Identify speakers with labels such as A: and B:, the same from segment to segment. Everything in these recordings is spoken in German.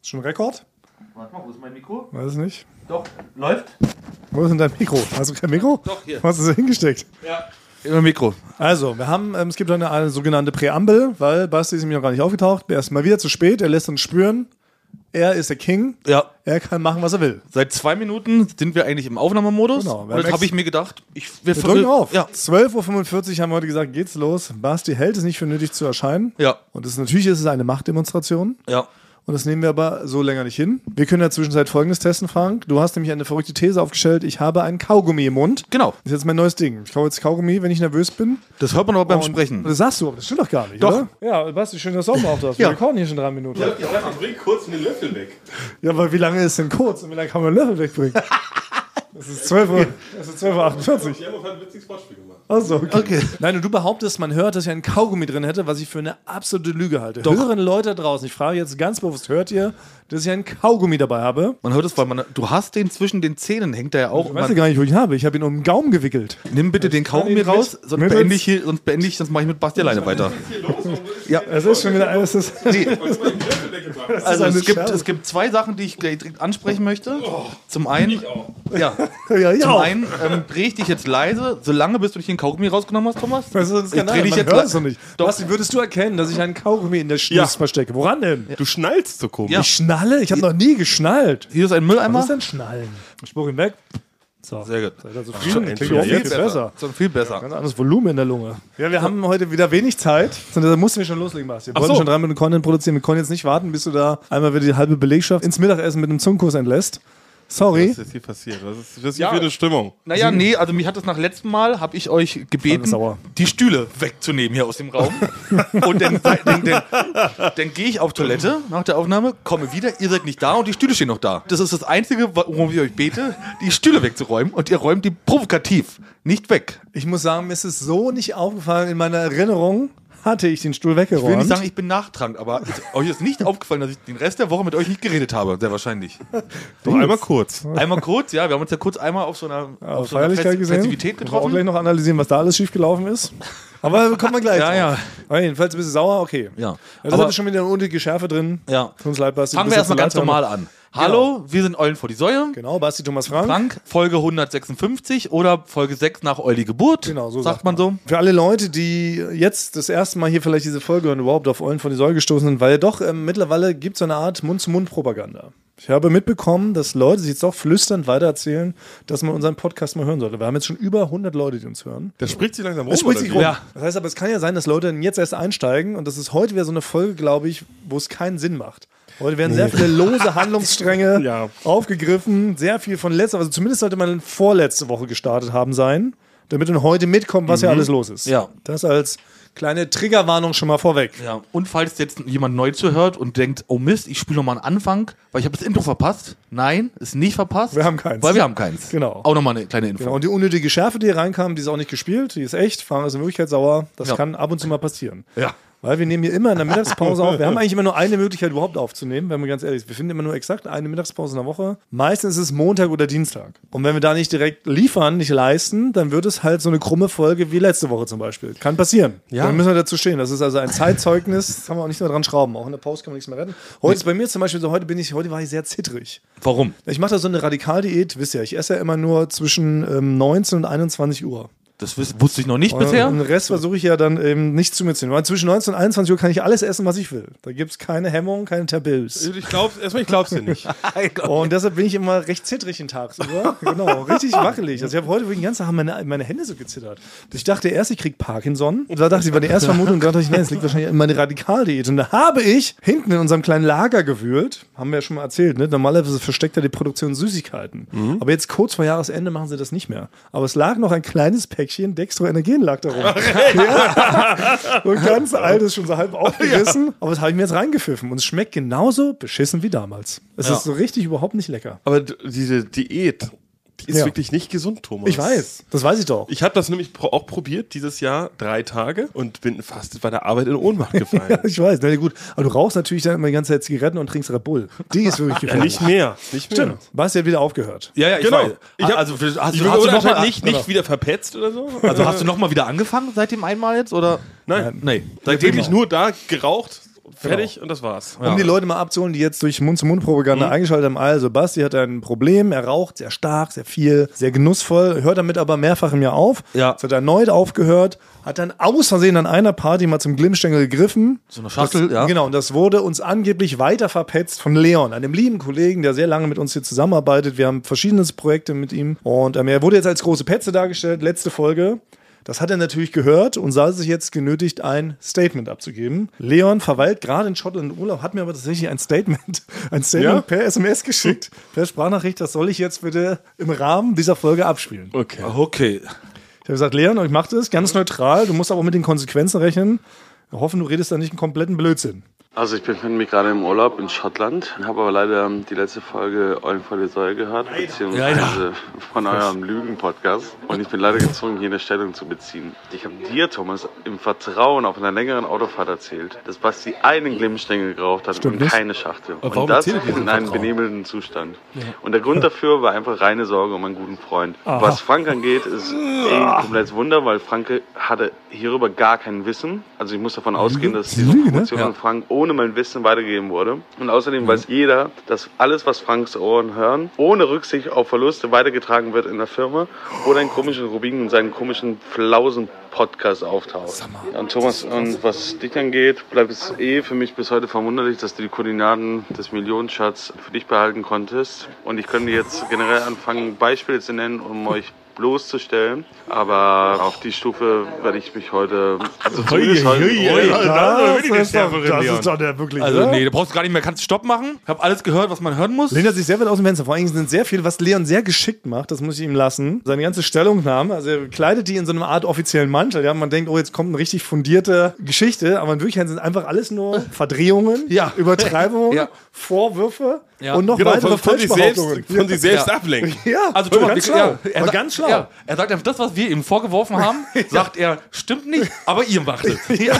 A: Ist schon ein Rekord?
B: Warte mal, wo ist mein Mikro?
A: Weiß ich nicht.
B: Doch, läuft.
A: Wo ist denn dein Mikro? Hast du kein Mikro?
B: Doch, hier.
A: Was hast du hingesteckt?
B: Ja. Immer Mikro.
A: Also, wir haben, ähm, es gibt eine, eine sogenannte Präambel, weil Basti ist mir noch gar nicht aufgetaucht. Er ist mal wieder zu spät, er lässt uns spüren. Er ist der King,
B: Ja.
A: er kann machen, was er will.
B: Seit zwei Minuten sind wir eigentlich im Aufnahmemodus.
A: Genau, wir
B: Und
A: haben
B: jetzt
A: ex-
B: habe ich mir gedacht, ich, wir,
A: Wir drücken auf.
B: Ja.
A: 12.45 Uhr haben wir heute gesagt, geht's los. Basti hält es nicht für nötig zu erscheinen.
B: Ja.
A: Und das, natürlich ist es eine Machtdemonstration.
B: Ja.
A: Und das nehmen wir aber so länger nicht hin. Wir können in der Zwischenzeit folgendes testen, Frank. Du hast nämlich eine verrückte These aufgestellt. Ich habe einen Kaugummi im Mund.
B: Genau.
A: Das ist jetzt mein neues Ding. Ich kaufe jetzt Kaugummi, wenn ich nervös bin.
B: Das hört man aber beim
A: Und-
B: Sprechen.
A: Das sagst du, aber das stimmt doch gar nicht,
B: Doch.
A: oder? Ja, Basti, schön, dass du auch mal auf das.
B: Ja.
A: Wir kochen hier schon drei Minuten. Ja.
C: Ich dachte, ich bring kurz einen Löffel weg.
A: aber wie lange ist denn kurz und wie lange kann man einen Löffel wegbringen? Es ist 12 Uhr, es ist 12.48 Uhr.
C: Ich habe auf halt ein witziges Wortspiel gemacht.
A: Achso, okay. Nein, und du behauptest, man hört, dass ich einen Kaugummi drin hätte, was ich für eine absolute Lüge halte. Hören Leute da draußen, ich frage jetzt ganz bewusst, hört ihr, dass ich einen Kaugummi dabei habe?
B: Man hört es, weil man. Du hast den zwischen den Zähnen, hängt er ja auch.
A: Ich
B: Und
A: weiß ja
B: man,
A: gar nicht, wo ich ihn habe. Ich habe ihn um den Gaumen gewickelt.
B: nimm bitte den Kaugummi
A: ihn mit-
B: raus, sonst
A: mit-
B: beende ich hier, sonst beende ich, sonst mache ich mit Basti alleine weiter.
C: Was ist hier los? Warum ist
B: Ja.
A: Es ist schon wieder alles. Es ist,
B: Nee.
C: Warum hast du meinen Löffel weggebracht?
B: Also
A: eine
B: es gibt,
A: Schärfe.
B: es gibt zwei Sachen, die ich gleich direkt ansprechen möchte. Zum einen,
C: auch.
B: ja,
A: ja, ja.
B: zum einen ähm, drehe ich dich jetzt leise, solange bis du nicht den Kaugummi rausgenommen hast, Thomas.
A: das ist ein Skandal.
B: dreh dich
A: Man
B: jetzt
A: hört
B: le-
A: es doch nicht.
B: Doch.
A: Basti, würdest du erkennen, dass ich einen Kaugummi in der Schnüss
C: Ja.
A: verstecke? Woran denn?
C: Du schnallst so komisch.
B: Ja.
A: Ich schnalle? Ich habe noch nie geschnallt.
B: Hier ist ein
A: Was ist
B: Mülleimer.
A: denn Schnallen? Ich spuck ihn weg. So.
B: Sehr gut. genau.
A: Seid ihr zufrieden?
C: Ach,
A: Klingt ja
C: jetzt
A: viel besser.
B: So, viel besser.
A: Ganz anderes Volumen in der Lunge. Ja, wir haben heute wieder wenig Zeit. Da mussten wir schon loslegen, Basti. Wir wollten
B: so.
A: schon drei Minuten Content produzieren. Wir konnten jetzt nicht warten, bis du da einmal wieder die halbe Belegschaft ins Mittagessen mit einem Zungenkuss entlässt. Sorry.
C: Was ist hier passiert? Was ist, was ist
B: Ja.
C: hier für eine Stimmung?
B: Naja, nee, also mich hat das nach letztem Mal, habe ich euch gebeten,
A: Sauer.
B: die Stühle wegzunehmen hier aus dem Raum. und dann, dann, dann, dann gehe ich auf Toilette nach der Aufnahme, komme wieder, ihr seid nicht da und die Stühle stehen noch da. Das ist das Einzige, worum ich euch bete, die Stühle wegzuräumen und ihr räumt die provokativ nicht weg.
A: Ich muss sagen, mir ist es so nicht aufgefallen. In meiner Erinnerung hatte ich den Stuhl weggeräumt.
B: Ich will nicht sagen, ich bin nachtragend, aber ist, euch ist nicht aufgefallen, dass ich den Rest der Woche mit euch nicht geredet habe, sehr wahrscheinlich.
C: Doch einmal kurz.
B: Einmal kurz, ja, wir haben uns ja kurz einmal auf so einer,
A: auf
B: auf so einer
A: Feierlichkeit gesehen.
B: Festivität
A: Können Wir auch
B: getroffen.
A: gleich noch analysieren, was da alles schiefgelaufen ist. Aber kommen wir gleich.
B: Ja, ja.
A: Aber jedenfalls ein bisschen sauer, okay.
B: Ja.
A: Das
B: Aber-
A: hatte schon wieder eine unnötige Schärfe drin.
B: Ja.
A: Tut uns leid, Basti.
B: Fangen
A: du
B: wir
A: bist
B: erstmal
A: jetzt
B: ganz
A: eine
B: normal
A: Leitzander.
B: an. Hallo, wir sind Eulen vor die Säue.
A: Genau, Basti Thomas Frank.
B: Frank, Folge 156 oder Folge 6 nach Euli Geburt.
A: Genau, so
B: sagt man so.
A: Für alle Leute, die jetzt das erste Mal hier vielleicht diese Folge hören, überhaupt auf Eulen von die Säule gestoßen sind, weil doch ähm, mittlerweile gibt es so eine Art Mund-zu-Mund-Propaganda. Ich habe mitbekommen, dass Leute sich jetzt auch flüsternd weitererzählen, dass man unseren Podcast mal hören sollte. Wir haben jetzt schon über 100 Leute, die uns hören.
C: Da spricht sie langsam rum.
A: Es spricht
C: oder
A: sich
C: wie?
A: rum.
B: Ja.
A: Das heißt aber, es kann ja sein, dass Leute dann jetzt erst einsteigen und das ist heute wieder so eine Folge, glaube ich, wo es keinen Sinn macht. Heute werden sehr viele lose Handlungsstränge
C: Ja.
A: aufgegriffen, sehr viel von letzter, also zumindest sollte man vorletzte Woche gestartet haben sein, damit man heute mitkommt, was ja alles los ist.
B: Ja.
A: Das als kleine Triggerwarnung schon mal vorweg.
B: Ja. Und falls jetzt jemand neu zuhört und denkt, oh Mist, ich spiele nochmal einen Anfang, weil ich habe das Intro verpasst. Nein, ist nicht verpasst.
A: Wir haben keins.
B: Weil wir haben keins.
A: Genau.
B: Auch nochmal eine kleine Info.
A: Genau, und die unnötige Schärfe, die hier reinkam, die ist auch nicht gespielt, die ist echt, Fahrer ist in Wirklichkeit sauer, das
B: Ja.
A: kann ab und zu mal passieren.
B: Ja.
A: Weil wir nehmen hier immer in der Mittagspause auf. Wir haben eigentlich immer nur eine Möglichkeit überhaupt aufzunehmen, wenn wir ganz ehrlich sind. Wir finden immer nur exakt eine Mittagspause in der Woche. Meistens ist es Montag oder Dienstag. Und wenn wir da nicht direkt liefern, nicht leisten, dann wird es halt so eine krumme Folge wie letzte Woche zum Beispiel. Kann passieren.
B: Ja.
A: Dann müssen wir dazu stehen. Das ist also ein Zeitzeugnis. Das kann man auch nicht mehr dran schrauben. Auch in der Pause kann man nichts mehr retten. Heute ist bei mir zum Beispiel so, heute bin ich, heute war ich sehr zittrig.
B: Warum?
A: Ich mache da so eine Radikaldiät, wisst ihr, ich esse ja immer nur zwischen ähm, 19 und 21 Uhr.
B: Das wus- wusste ich noch nicht
A: Und den
B: bisher.
A: Rest versuche ich ja dann eben nicht zu mir zu nehmen. Weil zwischen 19 und 21 Uhr kann ich alles essen, was ich will. Da gibt es keine Hemmung, keine Tabus.
C: Ich glaub's, erstmal, ich glaub's dir nicht.
A: Und deshalb bin ich immer recht zittrig den Tag über. Genau, richtig wackelig. Also ich habe heute wirklich den ganzen Tag meine, meine Hände so gezittert. Ich dachte erst, ich krieg Parkinson. Und da dachte ich, war die erste Vermutung, und dachte ich, nein, es liegt wahrscheinlich an meiner Radikaldiät. Und da habe ich hinten in unserem kleinen Lager gewühlt, haben wir ja schon mal erzählt, ne? normalerweise versteckt da die Produktion Süßigkeiten. Aber jetzt kurz vor Jahresende machen sie das nicht mehr. Aber es lag noch ein kleines Päckchen Dextroenergen lag da rum. So ein ganz altes, schon so halb aufgerissen. Aber das habe ich mir jetzt reingepfiffen. Und es schmeckt genauso beschissen wie damals. Es
B: Ja.
A: ist so richtig überhaupt nicht lecker.
C: Aber d- diese Diät, die ist
A: Ja.
C: wirklich nicht gesund, Thomas.
A: Ich weiß, das weiß ich doch.
C: Ich habe das nämlich pro- auch probiert dieses Jahr, drei Tage, und bin fast bei der Arbeit in Ohnmacht gefallen.
A: Ja, ich weiß, na gut. Aber du rauchst natürlich dann immer die ganze Zeit Zigaretten und trinkst Red Bull. Die ist wirklich
C: Ja,
A: gefährlich.
C: nicht mehr. Nicht mehr.
A: Stimmt. Basti hat wieder aufgehört.
B: Ja, ja, ich
C: Genau.
B: weiß.
C: Ich hab-
B: also hast, hast
C: Ich
B: du
C: will
B: noch
C: anscheinend
B: mal,
C: nicht,
A: Genau.
C: nicht wieder verpetzt oder so.
B: also hast du noch mal wieder angefangen seit dem einmal jetzt oder?
C: Nein.
A: Genau.
B: Nee.
C: Seitdem ich nur da geraucht fertig und das war's.
A: Um die Leute mal abzuholen, die jetzt durch Mund-zu-Mund-Propaganda eingeschaltet haben. Also, Basti hat ein Problem. Er raucht sehr stark, sehr viel, sehr genussvoll. Hört damit aber mehrfach im Jahr auf.
B: Ja.
A: Jetzt hat er erneut aufgehört. Hat dann aus Versehen an einer Party mal zum Glimmstängel gegriffen.
B: So eine Schachtel,
A: das,
B: ja.
A: Genau, und das wurde uns angeblich weiter verpetzt von Leon, einem lieben Kollegen, der sehr lange mit uns hier zusammenarbeitet. Wir haben verschiedene Projekte mit ihm. Und ähm, er wurde jetzt als große Petze dargestellt. Letzte Folge. Das hat er natürlich gehört und sah sich jetzt genötigt, ein Statement abzugeben. Leon verweilt gerade in Schottland im Urlaub, hat mir aber tatsächlich ein Statement, ein Statement
C: Ja?
A: per SMS geschickt, per Sprachnachricht. Das soll ich jetzt bitte im Rahmen dieser Folge abspielen.
C: Okay.
B: Okay.
A: Ich habe gesagt, Leon, ich mache das ganz neutral. Du musst aber auch mit den Konsequenzen rechnen. Wir hoffen, du redest da nicht einen kompletten Blödsinn.
D: Also ich befinde mich gerade im Urlaub in Schottland, habe aber leider die letzte Folge Eulen vor die Säule gehört, beziehungsweise von eurem Lügen-Podcast. Und ich bin leider gezwungen, hier eine Stellung zu beziehen. Ich habe dir, Thomas, im Vertrauen auf einer längeren Autofahrt erzählt, dass Basti einen Glimmstängel geraucht hat und
A: nicht.
D: keine Schachtel.
B: warum
D: und das
B: erzählt ihr das im
D: in einem
B: Vertrauen?
D: benebelnden Zustand. Und der Grund dafür war einfach reine Sorge um einen guten Freund. Was Frank angeht, ist ey, ein komplettes Wunder, weil Frank hatte hierüber gar kein Wissen. Also ich muss davon ausgehen, dass diese
A: Lüge, ne?
D: Information
B: Ja.
D: von Frank ohne mein Wissen weitergegeben wurde. Und außerdem weiß jeder, dass alles, was Franks Ohren hören, ohne Rücksicht auf Verluste weitergetragen wird in der Firma, wo dein komischen Rubin in seinen komischen Flausen-Podcast auftaucht. Und Thomas, und was dich angeht, bleibt es eh für mich bis heute verwunderlich, dass du die Koordinaten des Millionenschatz für dich behalten konntest. Und ich könnte jetzt generell anfangen, Beispiele zu nennen, um euch bloßzustellen, aber auf die Stufe werde ich mich heute, also zumindest heute,
C: Das ist doch- das ist doch-
A: doch der wirklich.
B: Also, nee, da brauchst du gar nicht mehr, kannst Stopp machen. Ich habe alles gehört, was man hören muss.
A: Lehnt er sich sehr weit aus dem Fenster. Vor allen Dingen sind sehr viel, was Leon sehr geschickt macht, das muss ich ihm lassen. Seine ganze Stellungnahme, also er kleidet die in so einer Art offiziellen Mantel. Ja? Man denkt, oh, jetzt kommt eine richtig fundierte Geschichte, aber in Wirklichkeit sind einfach alles nur Verdrehungen,
B: Ja.
A: Übertreibungen,
B: Ja.
A: Vorwürfe
B: Ja.
A: und noch
C: Genau,
A: weitere
C: von, von sich
A: Falschbehauptungen.
C: selbst, von sich selbst
B: Ja.
C: ablenken.
A: Ja,
B: Also Thomas,
A: ganz
B: wir-
A: schlau.
B: ja,
A: War
B: sa-
A: ganz schlau.
B: Ja, er sagt einfach, das, was wir ihm vorgeworfen haben, sagt er, stimmt nicht, aber ihr macht es. Ja.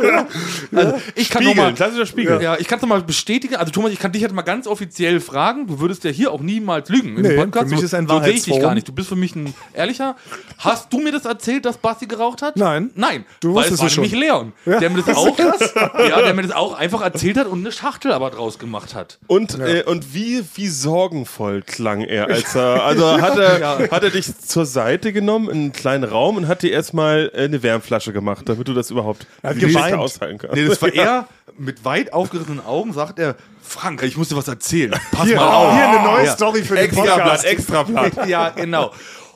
B: also, ich kann
C: Spiegel,
B: nochmal.
C: klassischer Spiegel.
B: Ja, ich kann es nochmal bestätigen. Also Thomas, ich kann dich jetzt mal ganz offiziell fragen. Du würdest ja hier auch niemals lügen im
A: Nee,
B: Podcast.
A: für mich ist ein
B: so sehe ich dich
A: Wahrheitsforum.
B: gar nicht. Du bist für mich ein ehrlicher. Hast du mir das erzählt, dass Basti geraucht hat?
A: Nein.
B: Nein.
A: Du
B: weil
A: wusstest
B: es war
A: es schon.
B: nämlich Leon, der mir das auch, ja, der mir das auch einfach erzählt hat und eine Schachtel aber draus gemacht hat.
C: Und, äh, und wie, wie sorgenvoll klang er, als er, also hat er, hat er dich zur Seite genommen, in einen kleinen Raum und hat dir erstmal äh, eine Wärmflasche gemacht, damit du das überhaupt
A: Er hat
C: die Geschichte
A: geweint.
C: aushalten kannst.
B: Nee, das war er mit weit aufgerissenen Augen, sagt er, Frank, ich muss dir was erzählen. Pass mal auf.
A: Hier eine neue
B: Ja.
A: Story für den
B: Extra
A: Podcast.
B: Blatt, extra Blatt. ja, genau.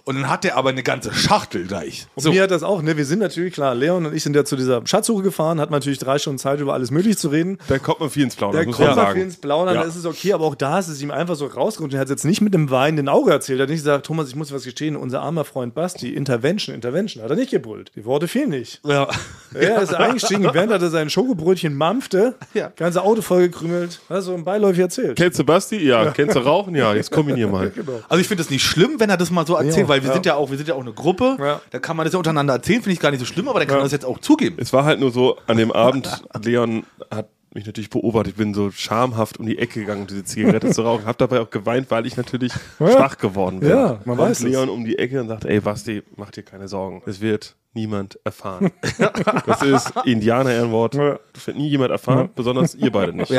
B: Und dann hat er aber eine ganze Schachtel gleich.
A: So. Mir hat das auch, ne? Wir sind natürlich, klar, Leon und ich sind ja zu dieser Schatzsuche gefahren, hatten natürlich drei Stunden Zeit, über alles Mögliche zu reden.
C: Da kommt man viel ins Plaudern,
A: Der
C: muss man
A: kommt auf
C: sagen.
A: ins Plaudern,
C: Ja.
A: das ist okay, aber auch da ist es ihm einfach so rausgerutscht. Er hat es jetzt nicht mit einem weinenden Auge erzählt. Er hat nicht gesagt, Thomas, ich muss was gestehen, unser armer Freund Basti, Intervention, Intervention. Hat er nicht gebrüllt. Die Worte fehlen nicht.
B: Ja.
A: Er ist eingestiegen, während er sein Schokobrötchen mampfte,
B: Ja.
A: ganze Auto vollgekrümelt, hat er so im Beiläufig erzählt.
C: Kennst du Basti? Ja. Kennst du Rauchen? Ja, jetzt kombinier mal.
B: Also ich finde das nicht schlimm, wenn er das mal so erzählt,
A: Ja,
B: weil wir
A: ja.
B: sind ja auch, wir sind ja auch eine Gruppe.
A: Ja.
B: Da kann man das ja untereinander erzählen, finde ich gar nicht so schlimm, aber dann kann man das jetzt auch zugeben.
C: Es war halt nur so, an dem Abend, Leon hat mich natürlich beobachtet, ich bin so schamhaft um die Ecke gegangen, um diese Zigarette zu rauchen, habe dabei auch geweint, weil ich natürlich schwach geworden bin.
A: Ja, man
C: und
A: weiß es.
C: Leon um die Ecke und sagt, ey Basti, mach dir keine Sorgen, es wird niemand erfahren. das ist Indianer-Ehrenwort,
A: Ja.
C: das wird nie jemand erfahren, besonders ihr beide nicht.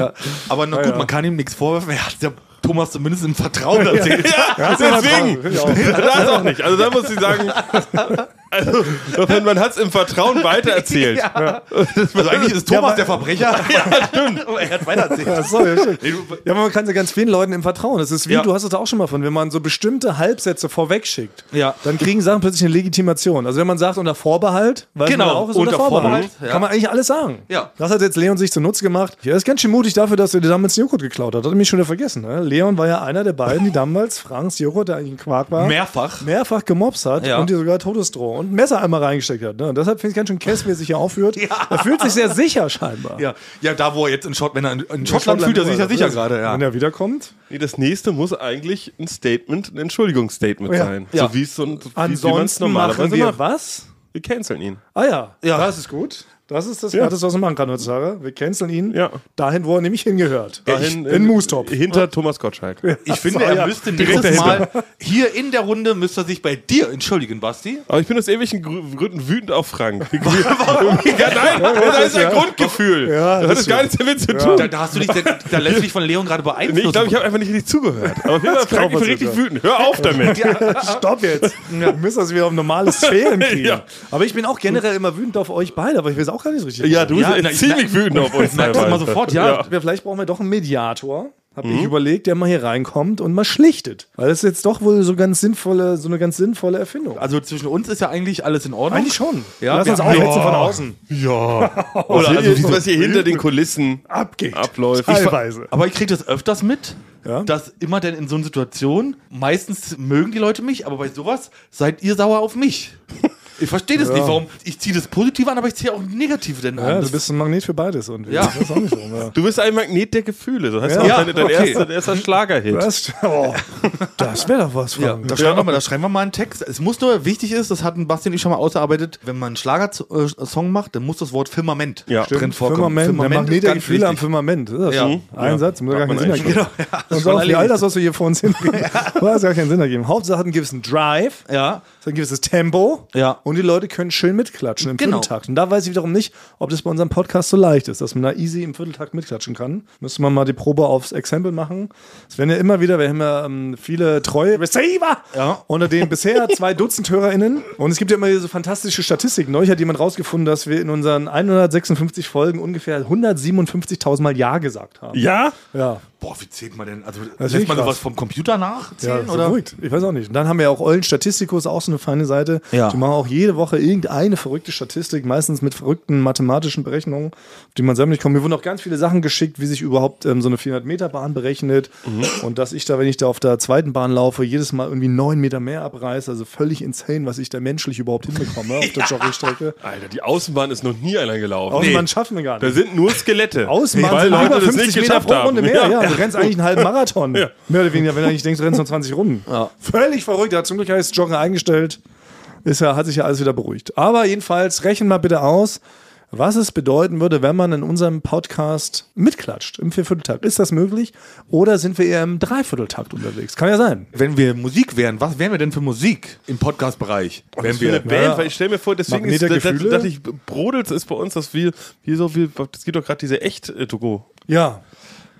B: Aber na gut,
A: ja.
B: man kann ihm nichts vorwerfen. Er hat ja Thomas zumindest im Vertrauen erzählt.
A: Ja,
C: deswegen.
A: Ja, auch.
C: Das auch nicht. Also da muss ich sagen, also, man hat es im Vertrauen weitererzählt.
B: Also eigentlich ist
A: Ja,
B: Thomas
A: aber-
B: der Verbrecher. ja, stimmt. Aber er hat weiter erzählt.
A: Ach so, ja, stimmt.
B: Nee, du-
A: Ja, aber man kann ja ganz vielen Leuten im Vertrauen. Das ist wie,
B: Ja.
A: du hast es da auch schon mal von, wenn man so bestimmte Halbsätze vorwegschickt,
B: Ja.
A: dann kriegen Sachen plötzlich eine Legitimation. Also wenn man sagt unter Vorbehalt, weil
B: Genau,
A: man auch ist unter,
B: unter
A: Vorbehalt,
B: Vorbehalt, ja.
A: kann man eigentlich alles sagen.
B: Ja.
A: Das hat jetzt Leon sich zunutze gemacht. Ja, ist ganz schön mutig dafür, dass er dir damals den Joghurt geklaut hat. Hat er mich schon wieder vergessen. Ne? Leon war ja einer der beiden, die damals Franks Joghurt, der eigentlich ein Quark war,
B: Mehrfach.
A: mehrfach gemobst hat
B: Ja.
A: und dir sogar Todesdroh und ein Messer einmal reingesteckt hat. Ne? Und deshalb finde ich ganz schön kess, wie er sich hier aufführt. Er fühlt sich sehr sicher scheinbar.
B: Ja, ja, da wo er jetzt in Schottland, wenn er in, in Schottland, fühlt, er sich ja sicher gerade, ja.
A: Wenn er wiederkommt.
C: Nee, das nächste muss eigentlich ein Statement, ein Entschuldigungsstatement
A: Ja.
C: sein.
B: Ja.
C: So wie es so ein, wie- wie man's
A: Ansonsten machen wir was?
C: Wir canceln ihn.
A: Ah ja,
B: Ja.
A: das ist gut. Das ist das
C: Ja.
A: Härteste, was man machen kann heutzutage. Wir canceln ihn
C: Ja.
A: dahin, wo er nämlich hingehört.
C: Dahin
A: in Moostop.
C: Hinter Thomas Gottschalk.
B: Ich finde, er müsste nächstes Mal hier in der Runde müsste er sich bei dir entschuldigen, Basti.
C: Aber ich bin aus ewigen Grü- Gründen wütend auf Frank. Warum? Ja, nein, das ist ein Grundgefühl.
A: Ja,
C: das
A: das
C: hat es gar nichts damit zu
B: Da,
C: tun.
B: da hast du dich da, da lässt du dich von Leon gerade beeinflussen.
C: Nee, ich glaube, ich habe einfach nicht richtig zugehört. Aber auf jeden Fall, Frank, ich bin
A: passiert,
C: richtig
A: ja.
C: wütend. Hör auf damit.
A: Stopp jetzt. Wir müssen das wieder auf normale Sphären kriegen.
C: Ja.
A: Aber ich bin auch generell immer wütend auf euch beide, aber ich weiß auch gar nicht richtig.
C: Ja, du
B: Ja,
C: bist
B: na, ich merk-
C: ziemlich wütend auf uns.
B: merk das mal
C: teilweise.
B: sofort, ja.
A: Wir- vielleicht brauchen wir doch einen Mediator, habe ich überlegt, der mal hier reinkommt und mal schlichtet. Weil das ist jetzt doch wohl so ganz sinnvolle, so eine ganz sinnvolle Erfindung.
B: also zwischen uns ist ja eigentlich alles in Ordnung.
A: Eigentlich schon.
B: Ja,
A: Lass
B: wir
A: uns
B: haben-
A: aufhetzen
B: Ja.
A: von außen.
B: Oh,
C: Ja. Oder also, was hier hinter den Kulissen
A: Abgeht.
C: abläuft. Ich ver-
A: Teilweise.
B: Aber ich kriege das öfters mit,
A: Ja.
B: dass immer denn in so einer Situation, meistens mögen die Leute mich, aber bei sowas seid ihr sauer auf mich. Ich verstehe das nicht, warum. Ich ziehe das Positive an, aber ich ziehe auch Negative denn an.
A: Ja, du
B: Das-
A: bist ein Magnet für beides. Und
B: Ja.
A: Das ist auch nicht so. Ja.
C: Du bist ein Magnet der Gefühle. So heißt
A: Ja.
C: auch
B: Ja,
C: deine- dein,
B: okay.
C: erster, dein erster Schlagerhit.
A: Das, oh, das wäre doch was,
B: ja,
A: Frank.
B: da, schreiben wir mal, da schreiben wir mal einen Text. Es muss nur, wichtig ist, das hatten Bastian und ich schon mal ausgearbeitet, wenn man einen Schlager-Song macht, dann muss das Wort Firmament
C: Ja.
B: drin vorkommen.
A: Firmament, der Magnet der Gefühle am
B: wichtig.
A: Firmament. Das ist
B: Ja.
A: schon ein Satz, muss gar
C: Hat
A: keinen
C: man
A: Sinn
C: eigentlich
A: ergeben.
B: Genau. das
A: Und
B: schon
A: auch wie all
B: erledigt.
A: das, was wir hier vor uns hingeben, hat gar keinen Sinn ergeben. Hauptsache hat einen gewissen Drive,
B: Ja,
A: hat ein gewisses Tempo
B: Ja.
A: und die Leute können schön mitklatschen im
B: Genau.
A: Vierteltakt. Und da weiß ich wiederum nicht, ob das bei unserem Podcast so leicht ist, dass man da easy im Vierteltakt mitklatschen kann. Müsste man mal die Probe aufs Exempel machen. Es werden ja immer wieder, wir haben ja ähm, viele treue Receiver
B: Ja.
A: unter den bisher zwei Dutzend HörerInnen. Und es gibt ja immer diese fantastische Statistik. Neulich hat jemand rausgefunden, dass wir in unseren 156 Folgen ungefähr 157.000 Mal Ja gesagt haben.
C: Ja?
A: ja.
B: boah, wie zählt man denn? Also
A: ist
B: lässt man
A: krass.
B: sowas vom Computer nachzählen?
A: so
B: oder?
A: verrückt. Ich weiß auch nicht. Und dann haben wir ja auch Eulen Statistikus, auch so eine feine Seite.
B: Ja.
A: Die machen auch jede Woche irgendeine verrückte Statistik, meistens mit verrückten mathematischen Berechnungen, auf die man selber nicht kommt. Mir wurden auch ganz viele Sachen geschickt, wie sich überhaupt ähm, so eine 400-Meter-Bahn berechnet.
B: Mhm.
A: Und dass ich da, wenn ich da auf der zweiten Bahn laufe, jedes Mal irgendwie neun Meter mehr abreiße. Also völlig insane, was ich da menschlich überhaupt hinbekomme auf der Joggingstrecke.
C: Alter, die Außenbahn ist noch nie einer gelaufen.
A: Außenbahn schaffen wir gar
C: Da
A: nicht.
C: sind nur Skelette.
A: Außenbahn
C: weil
A: sind
C: Leute
A: über
C: das nicht
A: 50 Meter
C: geschafft
A: pro
C: haben.
A: Runde mehr. Ja, du rennst eigentlich einen halben Marathon.
C: Ja.
A: Mehr oder weniger, wenn du eigentlich denkst, du rennst nur 20 Runden. Völlig verrückt. Da hat zum Glück heißt Joggen eingestellt. Ist ja, hat sich ja alles wieder beruhigt. Aber jedenfalls, rechnen mal bitte aus, was es bedeuten würde, wenn man in unserem Podcast mitklatscht im Viervierteltakt. Ist das möglich? Oder sind wir eher im Dreivierteltakt unterwegs? Kann ja sein.
B: Wenn wir Musik wären, was wären wir denn für Musik im Podcast-Bereich? Wenn
C: für eine
B: wir
C: Band,
A: Ja.
C: weil ich stelle mir vor, deswegen
A: Magnet
C: ist,
A: der
C: da- da-
A: Gefühle.
C: dachte ich, brodelt ist bei uns, dass wir, wie so viel, es gibt doch gerade diese echt äh, to go.
A: Ja.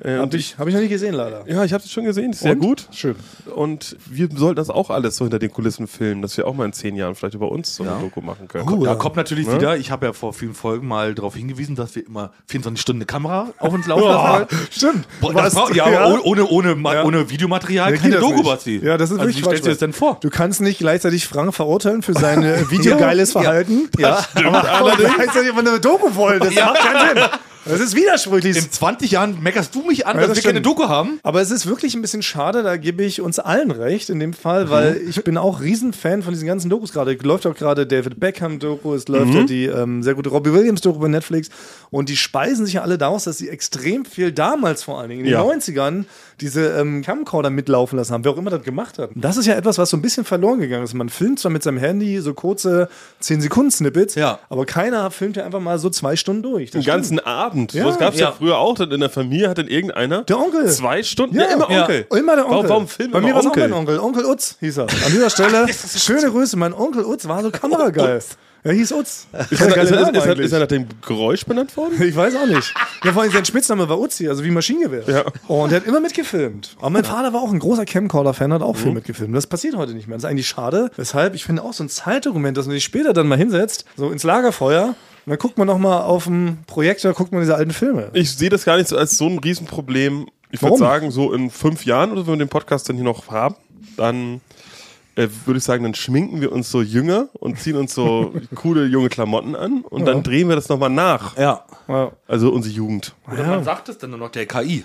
C: Äh, und
A: Habe
C: ich,
A: ich, hab ich noch nicht gesehen, leider.
C: ja, ich habe es schon gesehen, ist sehr
A: Und?
C: gut.
A: Schön.
C: Und wir sollten das auch alles so hinter den Kulissen filmen, dass wir auch mal in zehn Jahren vielleicht über uns so eine Doku machen können.
A: Oh,
B: Da kommt natürlich wieder, ich habe ja vor vielen Folgen mal darauf hingewiesen, dass wir immer 24 Stunden eine Kamera auf uns laufen lassen wollen.
A: Oh, Stimmt.
B: Boah, das
A: Was-
B: braucht- ja, aber ohne, ohne, ohne, Ma-
A: Ja.
B: ohne Videomaterial
A: Ja,
B: keine
A: geht das
B: Doku,
A: nicht.
B: Basti.
A: Ja, das ist
B: also,
A: wirklich
B: Wie stellst du das denn vor?
A: Du kannst nicht gleichzeitig Frank verurteilen für sein äh, videogeiles
B: Ja, ja.
A: Verhalten.
B: Ja.
A: Aber allerdings gleichzeitig immer eine Doku wollen. Das macht keinen Sinn. Das ist widersprüchlich.
B: In 20 Jahren meckerst du mich an,
A: Ja,
B: dass
A: das
B: wir keine
A: stimmt.
B: Doku haben?
A: Aber es ist wirklich ein bisschen schade, da gebe ich uns allen recht in dem
B: Mhm.
A: Fall, weil ich bin auch Riesenfan von diesen ganzen Dokus gerade. Läuft auch gerade David Beckham-Doku, es
B: Mhm.
A: läuft ja die ähm, sehr gute Robbie Williams-Doku bei Netflix und die speisen sich ja alle daraus, dass sie extrem viel damals vor allen Dingen in
C: Ja.
A: den 90ern diese ähm, Camcorder mitlaufen lassen haben, wer auch immer das gemacht hat. Und das ist ja etwas, was so ein bisschen verloren gegangen ist. Man filmt zwar mit seinem Handy so kurze 10-Sekunden-Snippets,
B: Ja.
A: aber keiner filmt ja einfach mal so zwei Stunden durch. Das
C: Den ganzen Abend.
A: Ja.
C: So, das gab es ja.
B: Ja.
C: früher auch. Dann in der Familie hat dann irgendeiner.
A: Der Onkel.
C: Zwei Stunden.
A: Ja, ja. Immer der Onkel.
C: Warum, warum filmen
A: Bei mir
C: immer
A: war es auch mein Onkel. Onkel Utz hieß er. An dieser Stelle, schöne Grüße. Mein Onkel Utz war so kamerageil. Er hieß Utz.
C: Ist er, ist, er, ist, er,
A: eigentlich.
C: ist er nach dem Geräusch benannt worden?
A: ich weiß auch nicht. Ja, vor allem sein Spitzname war Uzi, also wie Maschinengewehr.
C: Ja.
A: Und er hat immer mitgefilmt. Aber mein Vater war auch ein großer Camcorder-Fan, hat auch viel
C: Mhm.
A: mitgefilmt. Das passiert heute nicht mehr. Das ist eigentlich schade. Weshalb, ich finde auch so ein Zeitdokument, dass man sich später dann mal hinsetzt, so ins Lagerfeuer, und dann guckt man nochmal auf dem Projektor, guckt man diese alten Filme.
C: Ich sehe das gar nicht so als so ein Riesenproblem. Ich würde
A: Warum?
C: sagen, so in fünf Jahren oder so, wenn wir den Podcast dann hier noch haben, dann äh, würde ich sagen, dann schminken wir uns so jünger und ziehen uns so coole junge Klamotten an und dann drehen wir das nochmal nach.
B: Ja.
A: Ja.
C: Also unsere Jugend.
B: Oder man sagt es dann nur noch der KI.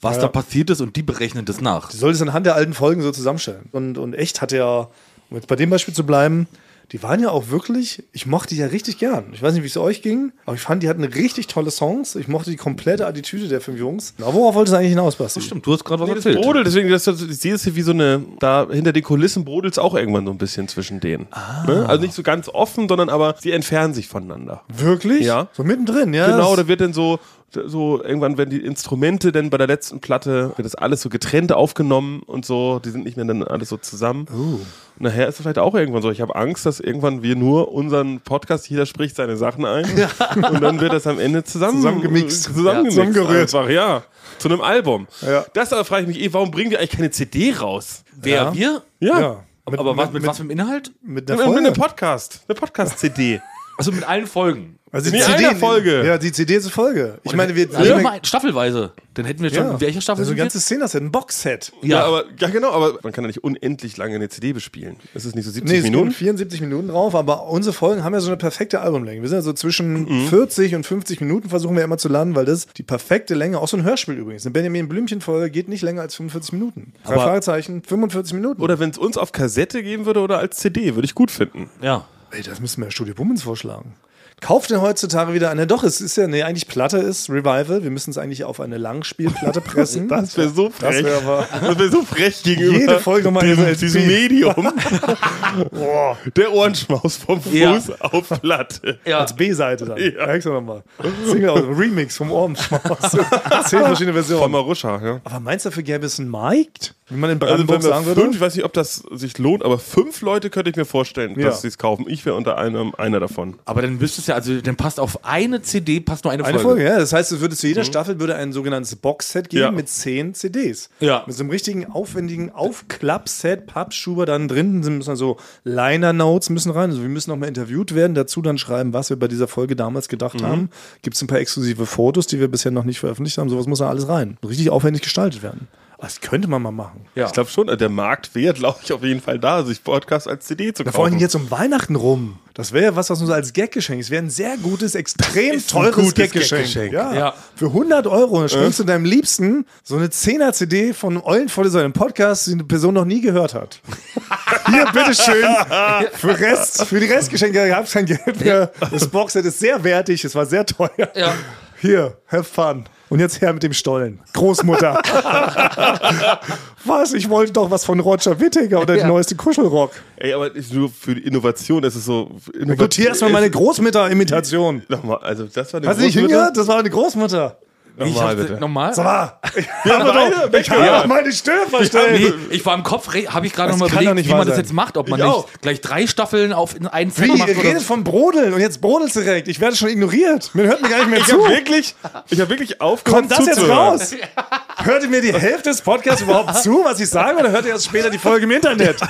B: Was da passiert ist und die berechnet es nach.
A: Du solltest anhand der alten Folgen so zusammenstellen. Und, und echt hat er, um jetzt bei dem Beispiel zu bleiben, die waren ja auch wirklich, ich mochte die ja richtig gern. Ich weiß nicht, wie es euch ging, aber ich fand, die hatten richtig tolle Songs. Ich mochte die komplette Attitüde der fünf Jungs. Na, worauf wolltest du eigentlich hinaus, Basti?
B: Stimmt, du hast gerade was
C: Das brodelt, deswegen, das, das, ich sehe es hier wie so eine, da hinter den Kulissen brodelt es auch irgendwann so ein bisschen zwischen denen. Ne? Also nicht so ganz offen, sondern aber sie entfernen sich voneinander.
A: Wirklich?
C: Ja.
A: So mittendrin, ja.
C: genau,
A: das-
C: da wird dann so, so, irgendwann werden die Instrumente dann bei der letzten Platte, wird das alles so getrennt aufgenommen und so, die sind nicht mehr dann alles so zusammen.
A: Oh.
C: Und nachher ist es vielleicht auch irgendwann so, ich habe Angst, dass irgendwann wir nur unseren Podcast, jeder spricht seine Sachen ein und dann wird das am Ende zusammen,
A: Zusammengemixt.
C: zusammengemixt
A: Ja, zusammengerührt.
C: Einfach, ja. Zu einem Album.
A: Ja.
C: Das aber frage ich mich eh, warum bringen wir eigentlich keine CD raus?
B: Wer,
A: Ja.
B: wir?
C: Ja.
A: ja. Mit,
B: Aber
A: mit,
B: was, mit,
A: mit,
B: was für einem Inhalt?
A: mit der
C: Mit, mit
A: Folge.
C: einem Podcast. Eine Podcast-CD.
B: Also mit allen Folgen.
A: Also
C: Nee, einer Folge.
A: Ja, die CD ist eine Folge. Ich meine, wir.
B: Also mal staffelweise. Dann hätten wir schon,
A: ja.
B: welche Staffel
A: Also ein
B: sind wir?
A: ganzes Szenaset, ein Boxset.
C: Ja, aber ja genau, aber man kann ja nicht unendlich lange eine CD bespielen. Es ist nicht so 70
A: Nee, es
C: Minuten.
A: Minuten? 74 Minuten drauf, aber unsere Folgen haben ja so eine perfekte Albumlänge. Wir sind ja so zwischen
C: Mhm.
A: 40 und 50 Minuten versuchen wir immer zu landen, weil das die perfekte Länge, auch so ein Hörspiel übrigens. Eine Benjamin Blümchen-Folge geht nicht länger als 45 Minuten. Drei
B: Aber-
A: Fragezeichen, 45 Minuten.
C: Oder wenn es uns auf Kassette geben würde oder als CD, würde ich gut finden.
B: Ja.
A: Ey, das müssen wir ja Studio Bummens vorschlagen. Kauft denn heutzutage wieder eine? Doch, es ist ja, nee, eigentlich Platte ist Revival. Wir müssen es eigentlich auf eine Langspielplatte pressen.
C: Das wäre so
A: Das
C: frech.
A: wäre aber.
C: Das wäre so frech gegenüber
A: Jede Folge nochmal
C: diesem,
A: als
C: diesem
A: LP.
C: Medium. Boah, Der Ohrenschmaus vom Fuß
B: Ja.
C: auf Platte.
B: Ja.
A: Als B-Seite dann. Merkst du nochmal. Single aus Remix vom Ohrenschmaus. Zehn verschiedene
C: Von
A: Versionen.
C: Maruscha, ja.
A: Aber meinst du, dafür gäbe es einen Markt? Wie man in
C: Also
A: Brandenburg
C: wenn wir
A: sagen würde?
C: fünf, ich weiß nicht, ob das sich lohnt, aber fünf Leute könnte ich mir vorstellen,
A: Ja.
C: dass sie es kaufen. Ich wäre unter einem einer davon.
B: Aber dann müsstest du ja, also dann passt auf eine CD, passt nur eine Folge.
A: Eine Folge, ja. Das heißt, es würde zu jeder Staffel würde ein sogenanntes Boxset geben
C: Ja.
A: mit zehn CDs.
B: Ja.
A: Mit so einem richtigen aufwendigen Aufklappset, Pappschuber dann drin, sind müssen also Liner Notes müssen rein. Also wir müssen nochmal interviewt werden, dazu dann schreiben, was wir bei dieser Folge damals gedacht
C: Mhm.
A: haben. Gibt es ein paar exklusive Fotos, die wir bisher noch nicht veröffentlicht haben. Sowas muss da alles rein. Richtig aufwendig gestaltet werden. Aber Das könnte man mal machen.
B: Ja.
C: Ich glaube schon, also der Markt wäre, glaube ich, auf jeden Fall da, sich Podcast als CD zu kaufen.
A: Vor allem jetzt um Weihnachten rum. Das wäre ja was, was uns als Gaggeschenk ist. Wäre ein sehr gutes, extrem
C: ein
A: teures
C: gutes
A: Gaggeschenk.
C: Gaggeschenk. Äh.
A: Ja.
B: Ja.
A: Für 100 Euro schenkst du deinem Liebsten so eine 10er-CD von Eulenvolle, so einem Podcast, die eine Person noch nie gehört hat. Hier, bitteschön. Für, Rest, für die Restgeschenke gab es kein Geld mehr. Das Boxset ist sehr wertig, es war sehr teuer.
B: Ja.
A: Hier, have fun. Und jetzt her mit dem Stollen. Großmutter. was? Ich wollte doch was von Roger Whittaker oder den neuesten Kuschelrock.
C: Ey, aber ist nur für die Innovation, das ist so.
A: Notier erstmal meine Großmutter-Imitation.
C: Nochmal, also das war eine
A: Hast du nicht
C: große Bitte.
A: hingehört? Das war eine Großmutter.
B: ich
C: Nochmal, bitte.
B: Nochmal?
A: Sag mal,
C: Wir haben beide
A: ich kann
C: weggehört.
A: doch meine Stimme verstellen.
B: Nee, ich war im Kopf, habe ich gerade
A: Das kann doch
B: nochmal überlegt,
A: nicht
B: wie
A: wahr
B: man das
A: sein.
B: jetzt macht, ob man
C: Ich
B: nicht
C: auch.
B: gleich drei Staffeln auf in einen Set
A: Wie?
B: macht
A: Ihr
B: oder
A: redet
B: so.
A: vom Brodeln und jetzt brodelst du direkt. Ich werde schon ignoriert. Man hört mir gar nicht mehr
C: Ich
A: zu.
C: habe wirklich, ich hab wirklich aufgehört
A: Kommt das jetzt
C: zuzuhören.
A: raus? Hört ihr mir die Hälfte des Podcasts überhaupt zu, was ich sage, oder hört ihr erst später die Folge im Internet?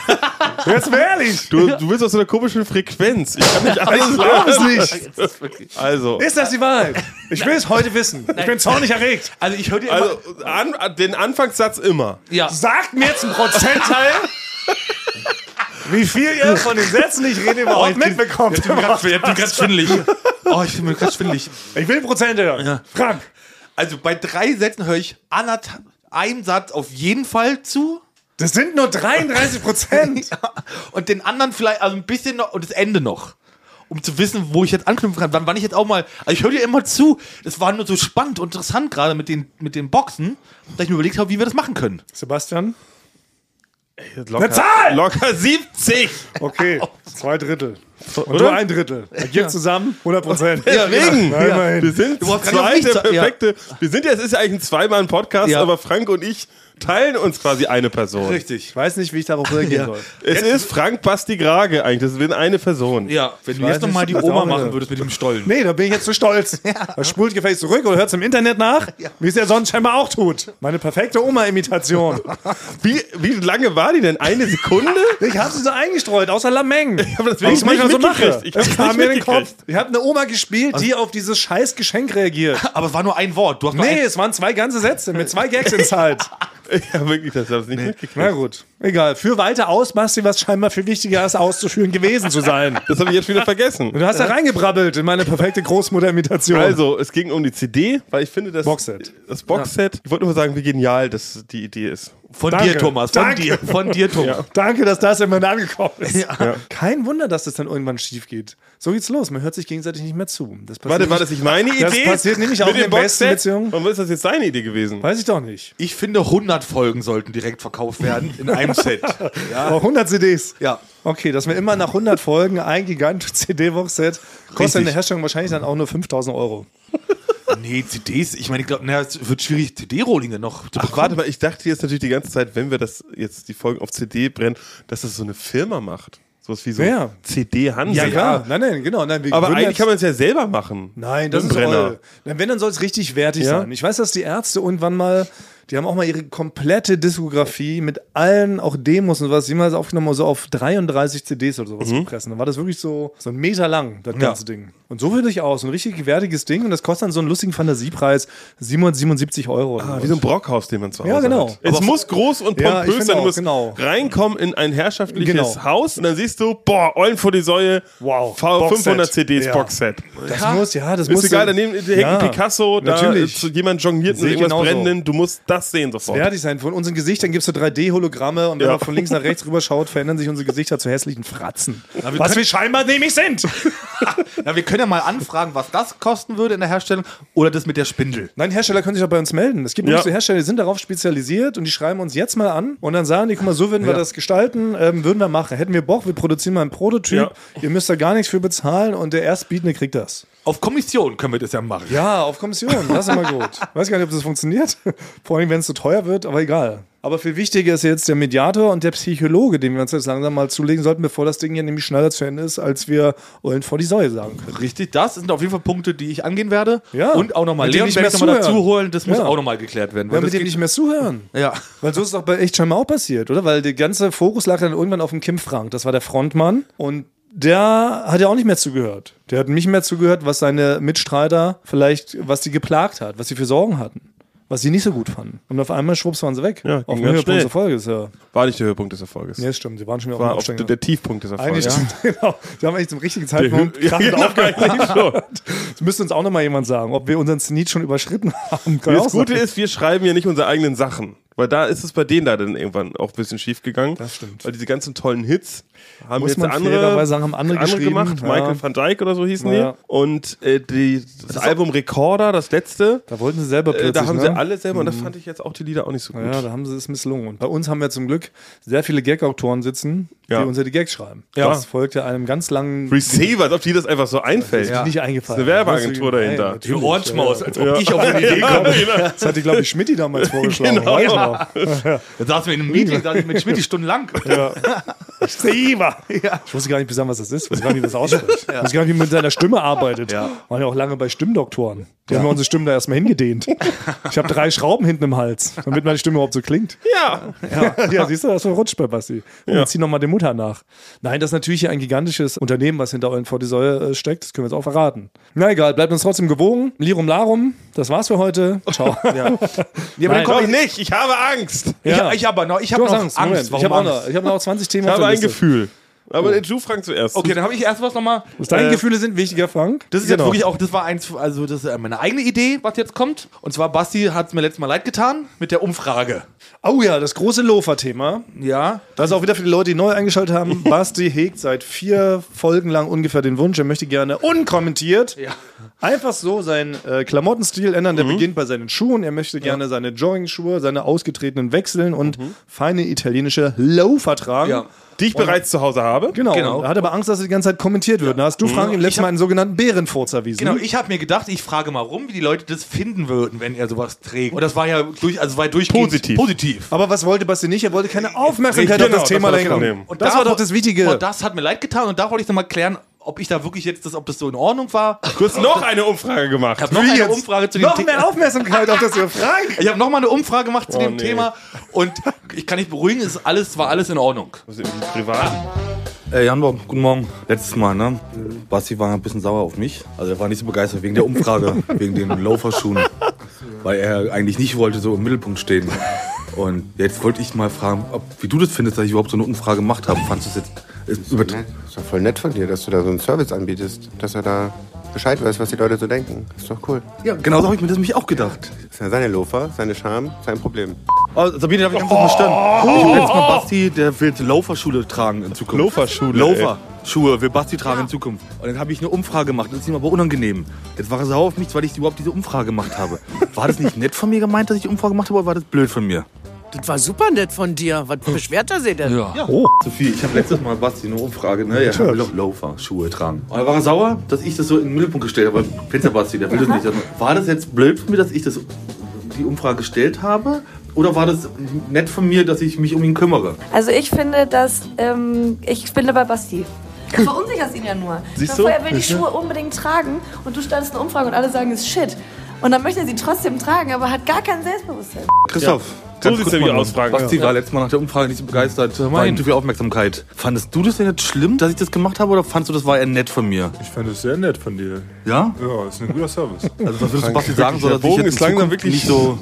A: Jetzt mal ehrlich.
C: Du, du bist aus so einer komischen Frequenz. Ich kann nicht
A: Ich
C: alles
A: glaube es
C: hören.
A: nicht.
B: Das ist wirklich-
C: Also,
A: Ist das die Wahrheit? Ich will es heute wissen. Ich bin zornig erregt.
B: Also ich höre dir immer,
C: also an, den Anfangssatz immer.
B: ja.
A: Sagt mir jetzt einen Prozentteil, wie viel ihr von den Sätzen, die ich rede, überhaupt mitbekommt.
B: Ich bin ganz schwindelig. Oh, ich bin ganz schwindelig.
A: Ich will Prozente hören. Frank.
B: Also bei drei Sätzen höre ich anderthalb, einen Satz auf jeden Fall zu.
A: Das sind nur 33 Prozent.
B: Und den anderen vielleicht, also ein bisschen noch und das Ende noch. Um zu wissen, wo ich jetzt anknüpfen kann. Wann, wann ich jetzt auch mal. Also ich höre dir immer zu. Das war nur so spannend und interessant gerade mit den, mit den Boxen, dass ich mir überlegt habe, wie wir das machen können.
A: Sebastian?
C: Locker,
A: Zahl!
C: Locker 70.
A: Okay, zwei Drittel. Und
C: Oder?
A: du ein Drittel. Ergibt zusammen 100 Prozent.
C: Deswegen,
A: Ja, immerhin.
C: wir sind
B: brauchst gar nicht auf
C: zwei
B: mich
C: der
B: zu- ja.
C: perfekte. Wir sind ja, es ist ja eigentlich ein zweimal ein Podcast,
B: Ja.
C: aber Frank und ich teilen uns quasi eine Person.
B: Richtig.
A: Ich weiß nicht, wie ich darauf reagieren soll.
C: Es ist Frank Basti Grage eigentlich. Das ist eine Person.
B: Ja, wenn du
A: weiß
B: jetzt nochmal
A: nicht,
B: die
A: das
B: Oma
A: auch
B: machen
A: nicht.
B: würdest mit dem Stollen.
A: Nee, da bin ich jetzt zu stolz. Das spult gefälligst zurück oder hört es im Internet nach, wie es der sonst scheinbar auch tut. Meine perfekte Oma-Imitation.
C: Wie, wie lange war die denn? Eine Sekunde?
A: Ich habe sie so eingestreut, außer Lameng.
C: aber das will
A: Was
C: ich nicht mitgekriegt.
A: mache.
C: Ich hab's
A: das kam
C: nicht
A: mir in den Kopf.
C: mitgekriegt. Also-
A: Ich habe eine Oma gespielt, die auf dieses scheiß Geschenk reagiert.
B: Aber es war nur ein Wort. Du hast nur
A: Nee,
B: ein,
A: es waren zwei ganze Sätze mit zwei Gags inside.
C: Ja, wirklich, das habe ich nicht mitgekriegt.
A: Na gut, egal. Für weiter aus, Basti, was scheinbar viel wichtiger ist, auszuführen gewesen zu sein.
C: Das habe ich jetzt wieder vergessen.
A: Du hast da reingebrabbelt in meine perfekte Großmutter-Imitation.
C: Also, es ging um die CD, weil ich finde, das
A: Boxset.
C: Das Boxset. Ich wollte nur sagen, wie genial das die Idee ist.
B: Von
A: Danke.
B: dir, Thomas. Von
A: Danke.
B: dir. Von dir, Thomas.
A: Oh, Danke, dass das immer angekommen ist. Kein Wunder, dass das dann irgendwann schief geht. So geht's los. Man hört sich gegenseitig nicht mehr zu. Das passiert
C: Warte, war das nicht meine Idee?
A: Das passiert nämlich auch
C: Mit
A: in
C: dem
A: der besten
C: Boxset?
A: Beziehung.
C: Warum ist das jetzt seine Idee gewesen?
A: Weiß ich doch nicht.
B: Ich finde, 100 Folgen sollten direkt verkauft werden in einem Set. Ja.
A: Aber 100 CDs.
B: Ja.
A: Okay, dass wir immer nach 100 Folgen ein gigantisches CD-Box-Set kostet in der Herstellung wahrscheinlich dann auch nur 5000 Euro. Oh.
B: Nee, CDs, ich meine, ich glaube, na, es wird schwierig, CD-Rohlinge noch zu
C: Ach,
B: bekommen.
C: warte mal, ich dachte jetzt natürlich die ganze Zeit, wenn wir das jetzt die Folgen auf CD brennen, dass das so eine Firma macht. Sowas wie so
A: Ja, ja.
C: CD-Handel.
A: Nein, nein, genau. Nein, wir
C: Aber
A: würden
C: eigentlich
A: jetzt-
C: kann man es ja selber machen.
A: Nein, das
C: Mit
A: ist
C: dem
A: Brenner. Wenn, dann soll es richtig wertig
C: Ja?
A: sein. Ich weiß, dass die Ärzte irgendwann mal, die haben auch mal ihre komplette Diskografie mit allen, auch Demos und was, jemals aufgenommen, haben, so auf 33 CDs oder
C: Mhm.
A: sowas gepressen. Dann war das wirklich so, so ein Meter lang, das ganze Ding. Und so würde ich aus. Ein richtig wertiges Ding und das kostet dann so einen lustigen Fantasiepreis 777 Euro. oder
C: Ah,
A: sowas.
C: Wie so ein Brockhaus, den man zu Hause
A: Ja, genau.
C: hat. Es
A: Aber-
C: muss groß und
A: Ja, ich
C: pompös
A: finde
C: sein. Du
A: auch,
C: musst
A: genau.
C: reinkommen in ein herrschaftliches
A: Genau.
C: Haus und dann siehst du, boah, Eulen vor die Säue,
A: Wow,
C: V-
A: Boxset.
C: 500 CDs,
A: Ja.
C: Boxset.
A: das muss, ja, das
C: Ist
A: muss.
C: egal, daneben hängt
A: Ja,
C: ein Picasso, da
A: natürlich.
C: ist jemand jongliert mit
A: Sehe ich
C: irgendwas
A: genauso.
C: Brennenden, du musst das sehen sofort.
A: Fertig sein. Von unseren Gesichtern gibst du 3D-Hologramme und wenn
C: Ja.
A: man von links nach rechts rüber schaut, verändern sich unsere Gesichter zu hässlichen Fratzen.
B: wir
A: was
B: können-
A: wir scheinbar nämlich sind.
B: Na, wir können ja mal anfragen, was das kosten würde in der Herstellung oder das mit der Spindel.
A: Nein, Hersteller können sich auch bei uns melden. Es gibt
C: Ja.
A: ja. so Hersteller, die sind darauf spezialisiert und die schreiben uns jetzt mal an und dann sagen die, guck mal, so würden wir das gestalten, ähm, würden wir machen. Hätten wir Bock, wir produzieren mal einen Prototyp,
C: Ja.
A: ihr müsst da gar nichts für bezahlen und der Erstbietende kriegt das.
B: Auf Kommission können wir das ja machen.
A: Ja, auf Kommission, das ist immer gut. Weiß gar nicht, ob das funktioniert. Vor allem, wenn es zu teuer wird, aber egal. Aber viel wichtiger ist jetzt der Mediator und der Psychologe, den wir uns jetzt langsam mal zulegen sollten, bevor das Ding hier nämlich schneller zu Ende ist, als wir Eulen vor die Säue sagen können.
B: Richtig, das sind auf jeden Fall Punkte, die ich angehen werde.
A: Ja.
B: Und auch nochmal
A: Mit dem
B: Leon
A: nicht
B: werde
A: mehr
B: ich nochmal
A: zuhören.
B: dazu holen, das muss
A: Ja.
B: auch nochmal geklärt werden. weil
A: Wenn wir
B: das
A: dem
B: geht-
A: nicht mehr zuhören.
B: ja.
A: Weil so ist es doch bei echt scheinbar auch passiert, oder? Weil der ganze Fokus lag dann irgendwann auf dem Kim Frank. Das war der Frontmann. Und der hat ja auch nicht mehr zugehört. Der hat nicht mehr zugehört, was seine Mitstreiter vielleicht, was die geplagt hat, was sie für Sorgen hatten, was sie nicht so gut fanden. Und auf einmal schwupps waren sie weg.
C: Ja, ging
A: auf dem
C: ganz
A: Höhepunkt
C: schnell.
A: des Folges, ja.
C: War nicht der Höhepunkt des Erfolges.
A: Nee, das stimmt. Sie waren schon wieder
C: War
A: auf
C: auf
A: dem
C: der,
A: Absteiger.
C: der Tiefpunkt des
A: Eigentlich
C: Erfolges.
A: stimmt, genau. Sie haben eigentlich zum richtigen
C: Der Hö-
A: Zeitpunkt
C: Ja,
A: krachend
C: genau,
A: aufgehört.
C: eigentlich schon.
A: Das müsste uns auch nochmal jemand sagen, ob wir unseren Zenit schon überschritten haben. Kann auch
C: Das
A: sein.
C: Gute ist, wir schreiben ja nicht unsere eigenen Sachen. Weil da ist es bei denen da dann irgendwann auch ein bisschen schief gegangen. Das
A: stimmt.
C: Weil diese ganzen tollen Hits haben
A: Muss
C: jetzt
A: man
C: andere,
A: fairerweise sagen, haben andere geschrieben,
C: gemacht.
A: ja.
C: Michael van Dyke oder so hießen
A: Ja.
C: die. Und äh, die, das, Album Recorder, das letzte,
A: Da wollten sie selber
C: äh,
A: plötzlich.
C: da haben sie
A: ne?
C: alle selber, und da fand ich jetzt auch die Lieder auch nicht so gut.
A: Ja, da haben sie es misslungen. Und bei uns haben wir zum Glück sehr viele Gag-Autoren sitzen,
C: Ja.
A: die uns ja die Gags schreiben.
C: Ja.
A: Das folgte einem ganz langen.
C: Receiver, als ob die das einfach so einfällt.
A: die nicht
C: Das
A: eingefallen.
C: ist eine Werbeagentur
A: Nein,
C: dahinter.
A: natürlich.
B: Ohrenschmaus, als ob ich auf die Idee
A: Ja,
B: komme.
A: ja. Das hatte, glaube ich, Schmidti damals vorgeschlagen.
C: Genau.
A: Weiß noch.
B: Da saßen wir in einem Meeting, saß ich mit Schmidt die Stunden lang.
A: Receiver. Ich wusste gar nicht bis was das ist. Ich wusste gar nicht, wie das ausspricht. Ich wusste gar nicht, wie man mit seiner Stimme arbeitet. Waren ja auch lange bei Stimmdoktoren. Die haben ja unsere Stimmen da erstmal hingedehnt. Ich habe drei Schrauben hinten im Hals, damit meine Stimme überhaupt so klingt.
C: Ja.
A: ja, siehst du, das verrutscht bei Basti. Und ja. zieh nochmal den Mutter nach. Nein, das ist natürlich ein gigantisches Unternehmen, was hinter euren vor die Säule äh, steckt. Das können wir jetzt auch verraten. Na egal, bleibt uns trotzdem gewogen. Lirum Larum, das war's für heute. Ciao. ja.
B: Ja, aber dann
A: Nein.
B: komm
C: Doch
B: ich,
C: nicht, ich habe Angst.
A: Ja.
B: ich, ich aber noch, ich habe
A: Du hast
B: noch
A: Angst.
B: Angst.
A: Moment. ich
B: Warum
A: habe auch
B: Angst?
A: noch, ich hab noch 20 Themen
C: Ich
A: auf
C: habe
A: der
C: ein
A: Liste.
C: Gefühl. Aber äh, du fragst zuerst.
B: Okay, dann habe ich erst was nochmal.
A: Deine Gefühle sind wichtiger, Frank. Genau.
B: Das ist jetzt wirklich auch, das war eins, also das ist äh, meine eigene Idee, was jetzt kommt. Und zwar, Basti hat es mir letztes Mal leid getan mit der Umfrage.
A: Oh ja, das große Lofer-Thema.
B: Ja.
A: Das ist auch wieder für die Leute, die neu eingeschaltet haben. Basti hegt seit vier Folgen lang ungefähr den Wunsch, er möchte gerne unkommentiert einfach so seinen äh, Klamottenstil ändern.
B: Mhm.
A: Der beginnt bei seinen Schuhen. Er möchte gerne seine Jogging-Schuhe, seine ausgetretenen wechseln und feine italienische Loafer tragen.
B: Mhm. Ja.
C: Die ich bereits zu Hause habe.
A: Genau.
B: Genau. Mhm.
A: Und Er hat aber Angst, dass er die ganze Zeit kommentiert wird. Da hast du, Frank, im letzten Mal einen sogenannten Bärenfurz erwiesen.
B: Genau, ich habe mir gedacht, ich frage mal rum, wie die Leute das finden würden, wenn er sowas trägt. Und das war ja durch, also war durchgehend
C: Positiv.
B: positiv.
A: aber was wollte Basti nicht? Er wollte keine Aufmerksamkeit
C: Genau,
A: auf das
C: das
A: Thema
C: war das
A: lenken.
C: Problem.
A: Und das war doch das Wichtige.
B: Und das hat mir leid getan und da wollte ich nochmal klären, ob ich da wirklich jetzt, das, ob das so in Ordnung war.
C: Du hast noch eine Umfrage gemacht.
B: Ich habe noch eine Umfrage zu dem
A: noch
B: The-
A: mehr Aufmerksamkeit auf das Thema. Frank!
B: Ich habe nochmal eine Umfrage gemacht zu
C: Oh,
B: dem
C: nee.
B: Thema und ich kann dich beruhigen, es ist alles, war alles in Ordnung.
C: Das ist irgendwie privat.
E: Äh, Janborg, guten Morgen. Letztes Mal, ne? Basti war ein bisschen sauer auf mich. Also er war nicht so begeistert wegen der Umfrage, wegen den Lauferschuhen. Weil er eigentlich nicht wollte so im Mittelpunkt stehen. Und jetzt wollte ich mal fragen, ob, wie du das findest, dass ich überhaupt so eine Umfrage gemacht habe. Fandst du es jetzt ist übertrieben?
F: Ist doch voll nett von dir, dass du da so einen Service anbietest, dass er da Bescheid weiß, was die Leute so denken. Ist doch cool.
E: Ja, genau so habe ich mir das nämlich auch gedacht.
F: Ist ja seine Lofer, seine Scham, sein Problem.
B: Oh, Sabine, darf ich ganz kurz eine Stirn? Ich will jetzt mal Basti, der wird Loafer-Schule tragen in Zukunft.
C: Loafer-Schule,
B: Loafer-Schuhe will Basti tragen in Zukunft. Und dann habe ich eine Umfrage gemacht. Das ist ihm aber unangenehm. Jetzt war er sauer auf mich, weil ich überhaupt diese Umfrage gemacht habe. War das nicht nett von mir gemeint, dass ich die Umfrage gemacht habe, oder war das blöd von mir?
G: Das war super nett von dir. Was beschwert er sich denn?
H: Ja.
B: Sophie, ich habe letztes Mal Basti eine Umfrage, ne? Ja, will doch Loafer-Schuhe tragen. Und er war sauer, dass ich das so in den Mittelpunkt gestellt habe. Pizza Basti, der will das nicht. Also, War das jetzt blöd von mir, dass ich das, die Umfrage gestellt habe? Oder war das nett von mir, dass ich mich um ihn kümmere?
I: Also ich finde, dass ähm, ich bin dabei Basti. Du verunsicherst ihn ja nur.
C: Siehst
I: Weil
C: du?
I: Vorher will die Schuhe unbedingt tragen und du startest eine Umfrage und alle sagen, es ist shit. Und dann möchte er sie trotzdem tragen, aber hat gar kein Selbstbewusstsein.
B: Christoph.
C: So
B: ganz
C: sieht's
B: kurz
C: nämlich
B: mal,
C: aus, Frank.
B: Basti war letztes Mal nach der Umfrage nicht so begeistert. War ihm zu viel Aufmerksamkeit. Fandest du das denn jetzt schlimm, dass ich das gemacht habe, oder fandest du, das war eher nett von mir?
J: Ich fand es sehr nett von dir.
B: Ja?
J: Ja, ist ein guter Service.
B: Also was würdest du Basti sagen, soll,
C: der
B: dass ich
C: Bogen
B: jetzt
C: ist
B: in Zukunft
C: langsam wirklich-
B: nicht so...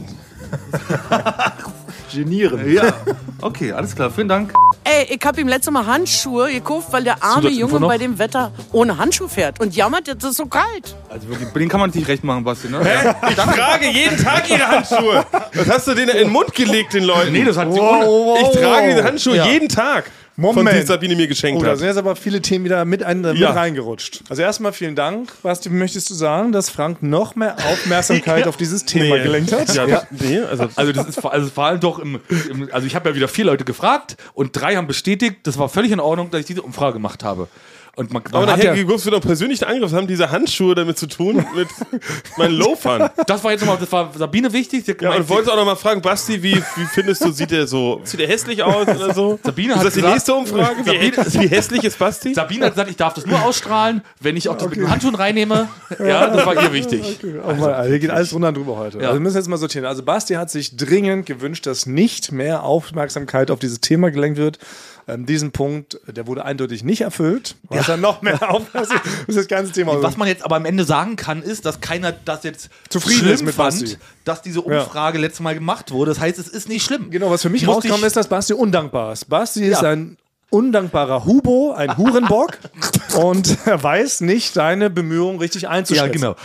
A: Genieren.
B: Ja. Okay, alles klar, vielen Dank.
G: Ey, ich hab ihm letztes Mal Handschuhe gekauft, weil der arme
H: Zusatzinfo
G: Junge
H: noch?
G: bei dem Wetter ohne Handschuhe fährt und jammert, jetzt ist so kalt.
B: Also wirklich, den kann man nicht recht machen, Basti, ne? Hä?
C: Ich trage jeden Tag ihre Handschuhe. Was hast du denen in den Mund gelegt, den Leuten?
B: Nee, das hat sie
A: Wow, wow,
C: ich trage
A: wow.
C: diese Handschuhe
A: Ja.
C: jeden Tag. Von
A: Moment.
C: die Sabine mir geschenkt
A: Oh, da
C: hat.
A: sind jetzt aber viele Themen wieder mit, ein, mit
C: Ja.
A: reingerutscht. Also erstmal vielen Dank. Basti, möchtest du sagen, dass Frank noch mehr Aufmerksamkeit auf dieses Thema gelenkt hat?
C: Ja, das- Nee, also,
H: Also das ist vor- also vor allem doch im, im also ich habe ja wieder vier Leute gefragt und drei haben bestätigt, das war völlig in Ordnung, dass ich diese Umfrage gemacht habe. Und man, man
C: aber
H: hat
C: nachher
H: ja,
C: wirst du doch persönlich den Angriff. Was haben diese Handschuhe damit zu tun? Mit meinen Loafern.
H: das war jetzt nochmal, das war Sabine wichtig. Sie hat
C: Ja,
H: gemeint,
C: und wolltest auch noch mal fragen, Basti, wie, wie findest du, sieht der so, sieht der hässlich aus oder so?
H: Sabine
C: ist
H: hat
C: das die
H: gesagt-
C: nächste Umfrage? Wie, wie hässlich ist Basti?
H: Sabine hat gesagt, ich darf das nur ausstrahlen, wenn ich auch das mit den Handschuhen reinnehme. Ja, das war ihr wichtig.
A: Auch mal, also, hier geht alles runter und drüber heute. Also wir müssen jetzt mal sortieren. Also Basti hat sich dringend gewünscht, dass nicht mehr Aufmerksamkeit auf dieses Thema gelenkt wird. Ähm, diesen Punkt, der wurde eindeutig nicht erfüllt. Und hat dann noch mehr Aufmerksamkeit. Das ist das ganze Thema.
H: Was man jetzt aber am Ende sagen kann, ist, dass keiner das jetzt
A: Zufrieden
H: schlimm
A: ist mit
H: fand,
A: Basti.
H: dass diese Umfrage letztes Mal gemacht wurde. Das heißt, es ist nicht schlimm.
A: Genau, was für mich
H: Musste
A: rauskommt,
H: ich-
A: ist, dass Basti undankbar ist. Basti ist ein undankbarer Hubo, ein Hurenbock und er weiß nicht, deine Bemühungen richtig
H: Ja,
A: einzuschätzen.
H: genau.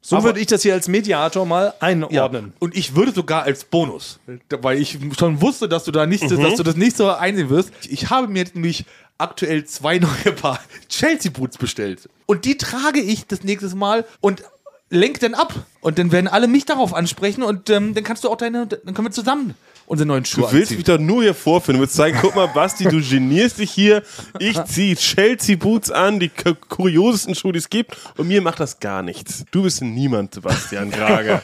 A: So
H: Aber-
A: würde ich das hier als Mediator mal
H: Ja,
A: einordnen.
H: und ich würde sogar als Bonus, weil ich schon wusste, dass du da nicht,
A: Mhm.
H: dass du das nicht so einsehen wirst. Ich habe mir jetzt nämlich aktuell zwei neue Paar Chelsea Boots bestellt und die trage ich das nächste Mal und lenk dann ab und dann werden alle mich darauf ansprechen und ähm, dann kannst du auch deine, dann können wir zusammen unsere neuen Schuhe
C: Du willst mich
H: anziehen.
C: doch nur hier vorführen. Du willst zeigen, guck mal, Basti, du genierst dich hier. Ich zieh Chelsea Boots an, die k- kuriosesten Schuhe, die es gibt. Und mir macht das gar nichts. Du bist niemand, Sebastian Grage.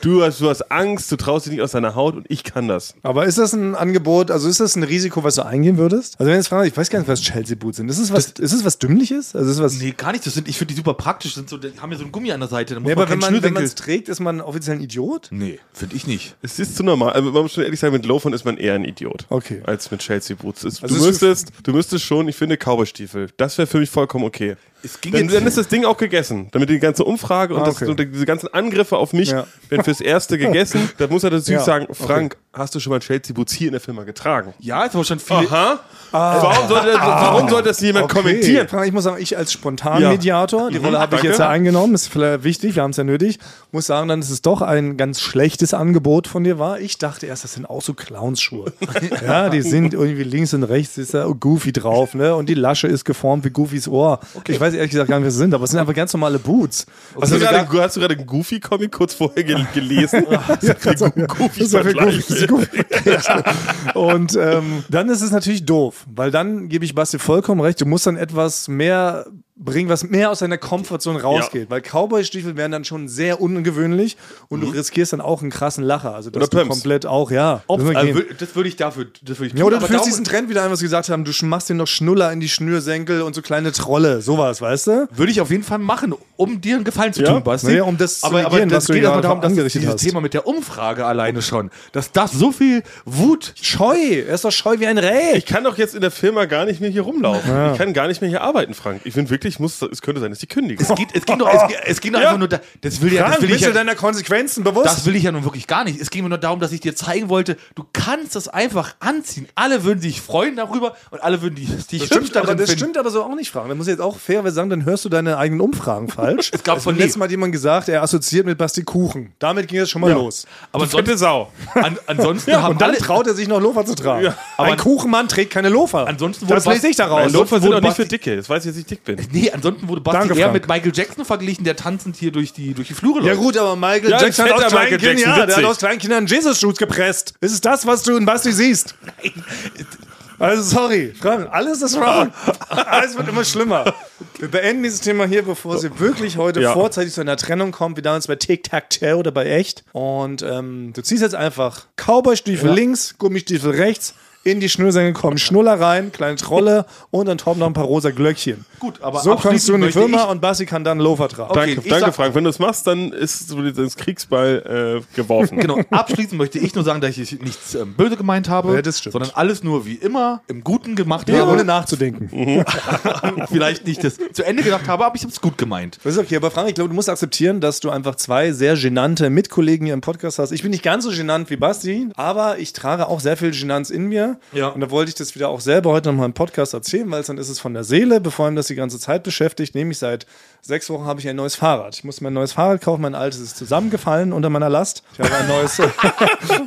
C: du, hast, du hast Angst, du traust dich nicht aus deiner Haut und ich kann das.
A: Aber ist das ein Angebot, also ist das ein Risiko, was du eingehen würdest? Also wenn jetzt fragen, ich weiß gar nicht, was Chelsea Boots sind. Ist es was, ist es was Dümmliches? Also ist es was,
H: Nee, gar nicht. Das sind, ich finde die super praktisch. Sind so, die haben ja so einen Gummi an der Seite. Da muss
A: nee,
H: man
A: aber wenn
H: keinen
A: man
H: Schnürsenkel-
A: es trägt, ist man offiziell ein Idiot?
H: Nee, finde ich nicht.
C: Es ist zu normal. Also man muss schon ehrlich sagen, mit Loafern ist man eher ein Idiot.
A: Okay.
C: Als mit Chelsea Boots. Es-
A: Also
C: du,
A: es ist-
C: müsstest, du müsstest schon, ich finde, Cowboy-Stiefel. Das wäre für mich vollkommen okay.
H: Es ging
C: Dann,
H: jetzt-
C: dann ist das Ding auch gegessen. Damit die ganze Umfrage und,
A: Ah,
C: das,
A: okay.
C: und diese ganzen Angriffe auf mich
A: Ja.
C: werden fürs Erste gegessen. Da muss er natürlich
A: Ja,
C: sagen,
A: okay.
C: Frank, hast du schon mal Chelsea Boots hier in der Firma getragen?
H: Ja, ist aber schon viel.
C: Aha. Warum, sollte, warum sollte das jemand kommentieren?
A: Ah. Frank, Ich muss sagen, ich als
C: Ja. Mhm.
A: Spontan-Mediator, die Rolle habe ich
C: danke.
A: jetzt ja eingenommen, ist vielleicht wichtig, wir haben es ja nötig. Muss sagen, dann ist es doch ein ganz schlechtes Angebot von dir war. Ich dachte erst, das sind auch so Clownsschuhe. ja, die sind irgendwie links und rechts ist da Goofy drauf, ne? Und die Lasche ist geformt wie Goofys Ohr. Ich weiß ehrlich gesagt gar nicht, was es sind, aber es sind einfach ganz normale Boots.
C: Hast du,
A: Also
C: gerade, hast du gerade einen Goofy-Comic kurz vorher gel gelesen?
A: Also, Das war für
C: Goofy-Vergleich.
A: Goofy. Goofy. Und ähm, dann ist es natürlich doof, weil dann gebe ich Basti vollkommen recht, du musst dann etwas mehr bringen, was mehr aus deiner Komfortzone rausgeht. Weil Cowboy-Stiefel wären dann schon sehr ungewöhnlich und
B: Mhm.
A: du riskierst dann auch einen krassen Lacher. Also dass
C: Oder
A: du
C: Pumps.
A: komplett auch, ja. das
H: Also,
A: also,
H: wür- das würde ich dafür. Das würde ich
A: ja, oder du
H: aber
A: fühlst
H: darum-
A: diesen Trend wieder ein, was wir gesagt haben, du machst dir noch Schnuller in die Schnürsenkel und so kleine Trolle, sowas, weißt du?
H: Würde ich auf jeden Fall machen, um dir einen Gefallen zu
A: Ja.
H: tun, Basti.
A: Naja, um das zu
H: aber, aber
A: negieren,
H: das
A: was du
H: geht
A: gerade
H: aber darum, dass
A: angerichtet
H: dieses
A: hast.
H: Thema mit der Umfrage alleine schon, dass das so viel Wut.
A: Scheu, er ist doch scheu wie ein Reh.
C: Ich kann doch jetzt in der Firma gar nicht mehr hier rumlaufen. Ich kann gar nicht mehr hier arbeiten, Frank. Ich bin wirklich eigentlich muss, es könnte sein, dass die kündigen.
B: Es geht, es ging doch, es, ging- es ging doch einfach nur da, das will ja, das
A: Frank,
B: will ich
A: bist
B: ja,
A: du deiner Konsequenzen bewusst?
B: das will ich ja nun wirklich gar nicht. Es ging mir nur darum, dass ich dir zeigen wollte, du kannst das einfach anziehen. Alle würden sich freuen darüber und alle würden dich, dich
A: Das stimmt, aber,
B: darin
A: das
B: finden.
A: stimmt aber so auch nicht fragen. Da muss ich jetzt auch fairerweise sagen, dann hörst du deine eigenen Umfragen falsch.
B: Es gab
A: es
B: von
A: hat
B: nie.
A: letztes Mal hat jemand gesagt, er assoziiert mit Basti Kuchen. Damit ging es schon mal los.
B: Aber ansonsten,
C: Sau.
B: an, ansonsten haben
A: Und dann
B: alle,
A: traut er sich noch Lofer zu tragen.
B: aber-
A: Ein Kuchenmann trägt keine Lofer.
B: Ansonsten wurde
A: das
B: Bas-
A: lese ich
C: Weil
A: daraus.
C: Lofer sind
B: wurde
C: auch nicht für
B: Basti-
C: Dicke. Das weiß ich, dass ich dick bin.
B: Nee, ansonsten wurde Basti
A: Danke,
B: eher
A: Frank.
B: mit Michael Jackson verglichen, der tanzend hier durch die, durch die Flure
A: Ja
B: läuft.
A: gut, aber Michael
C: Ja,
A: Jackson,
C: ein
A: hat aus
C: fetter
A: kleinen
C: Michael
A: Kindern,
C: Jackson,
A: ja, der hat
C: witzig.
A: aus kleinen Kindern Jesus-Shoes gepresst. Ist es das, was du in Basti siehst? Also sorry, Frank, alles ist wrong. Alles wird immer schlimmer. Wir beenden dieses Thema hier, bevor sie wirklich heute
C: Ja.
A: vorzeitig zu einer Trennung kommt, wie damals bei Tic-Tac-Toe oder bei Echt. Und ähm, du ziehst jetzt einfach Cowboy-Stiefel links, Gummistiefel rechts, in die Schnürsenkel kommen Schnuller rein, kleine Trolle und dann top noch ein paar rosa Glöckchen.
B: Gut, aber
A: so kommst du in die
B: möchte
A: Firma
B: ich-
A: und Basti kann dann Lofer tragen.
B: Okay,
C: danke,
B: ich
C: danke
B: sag-
C: Frank. Wenn du es machst, dann ist so ins Kriegsball äh, geworfen.
B: Genau, abschließend möchte ich nur sagen, dass ich nichts ähm, böse gemeint habe,
A: Ja, das stimmt.
B: sondern alles nur wie immer im Guten gemacht
A: Ja, ohne
B: habe.
A: nachzudenken.
B: Vielleicht nicht das zu Ende gedacht habe, aber ich habe es gut gemeint.
A: Das ist okay, aber Frank, ich glaube, du musst akzeptieren, dass du einfach zwei sehr genannte Mitkollegen hier im Podcast hast. Ich bin nicht ganz so genannt wie Basti, aber ich trage auch sehr viel Genanz in mir.
B: Ja.
A: Und da wollte ich das wieder auch selber heute nochmal im Podcast erzählen, weil dann ist es von der Seele, bevor ihm das die ganze Zeit beschäftigt. Nämlich seit sechs Wochen habe ich ein neues Fahrrad. Ich musste mir ein neues Fahrrad kaufen, mein altes ist zusammengefallen unter meiner Last. Ich habe ein neues.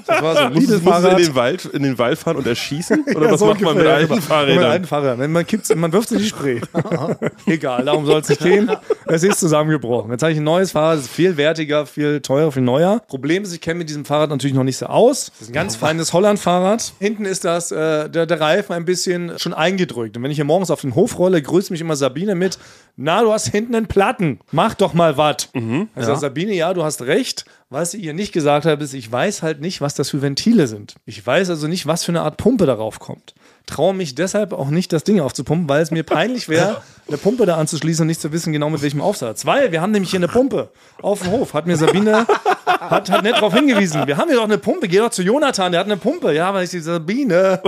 A: das war so ein
C: Musst,
A: Lidl
C: musst du in
A: Fahrrad.
C: den, Wald, in den Wald fahren und erschießen? Oder
A: Ja,
C: was
A: so
C: macht man mit
A: ungefähr,
C: alten
A: ja. Mit alten
C: Fahrrädern?
A: Fahrrädern. Wenn man, kippt's, man wirft sie in die Spree. Egal, darum soll es nicht gehen. Es ist zusammengebrochen. Jetzt habe ich ein neues Fahrrad, das ist viel wertiger, viel teurer, viel neuer. Problem ist, ich kenne mit diesem Fahrrad natürlich noch nicht so aus. Das ist ein ganz feines Holland-Fahrrad. Hinten ist das, äh, der, der Reifen ein bisschen schon eingedrückt. Und wenn ich hier morgens auf den Hof rolle, grüßt mich immer Sabine mit, na, du hast hinten einen Platten, mach doch mal was. Also Sabine, ja, du hast recht. Was ich ihr nicht gesagt habe, ist, ich weiß halt nicht, was das für Ventile sind. Ich weiß also nicht, was für eine Art Pumpe darauf kommt traue mich deshalb auch nicht, das Ding aufzupumpen, weil es mir peinlich wäre, eine Pumpe da anzuschließen und nicht zu wissen, genau mit welchem Aufsatz. Weil wir haben nämlich hier eine Pumpe auf dem Hof. Hat mir Sabine hat, hat nett darauf hingewiesen. Wir haben hier doch eine Pumpe. Geh doch zu Jonathan, der hat eine Pumpe. Ja, aber ich die Sabine.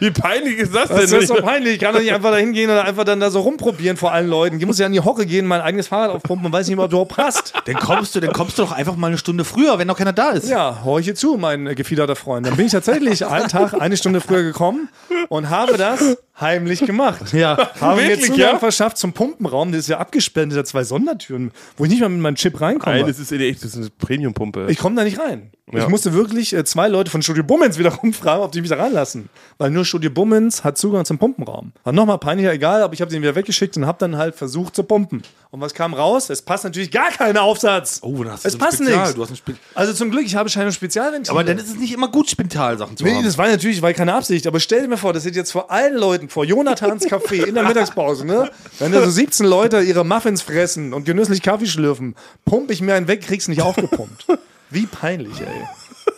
C: Wie peinlich ist das denn?
A: Das ist so peinlich. Ich kann doch nicht einfach da hingehen und einfach dann da so rumprobieren vor allen Leuten. Ich muss ja an die Hocke gehen, mein eigenes Fahrrad aufpumpen und weiß nicht, mehr, ob du überhaupt passt.
B: Dann kommst du, dann kommst du doch einfach mal eine Stunde früher, wenn noch keiner da ist.
A: Ja, horche zu, mein äh, gefiederter Freund. Dann bin ich tatsächlich einen Tag, eine Stunde früher gekommen und habe das heimlich gemacht.
B: Ja.
A: Habe mir
C: Wirklich,
A: Zugang
C: ja?
A: verschafft zum Pumpenraum, der ist ja abgesperrt hinter zwei Sondertüren, wo ich nicht mal mit meinem Chip reinkomme.
C: Nein, das ist, echt- das ist eine Premium-Pumpe.
A: ich komme da nicht rein. Ich
C: Ja.
A: musste wirklich äh, zwei Leute von Studio Bummens wieder rumfragen, ob die mich da reinlassen. Weil nur Studio Bummens hat Zugang zum Pumpenraum. War nochmal peinlicher, egal, aber ich habe den wieder weggeschickt und habe dann halt versucht zu pumpen. Und was kam raus? Es passt natürlich gar kein Aufsatz.
B: Oh, dann hast du
A: es
B: so ein
A: passt
B: Spezial,
A: nichts.
B: du hast ein Spe-
A: also zum Glück, ich habe scheinbar Spezialventil.
B: Aber dann ist es nicht immer gut, Spentalsachen zu
A: Nee,
B: haben.
A: das war natürlich, war keine Absicht, aber stell dir mal vor, das sind jetzt vor allen Leuten, vor Jonathans Café in der Mittagspause, ne? Wenn da so 17 Leute ihre Muffins fressen und genüsslich Kaffee schlürfen, pump ich mir einen weg, krieg's nicht aufgepumpt. Wie peinlich, ey.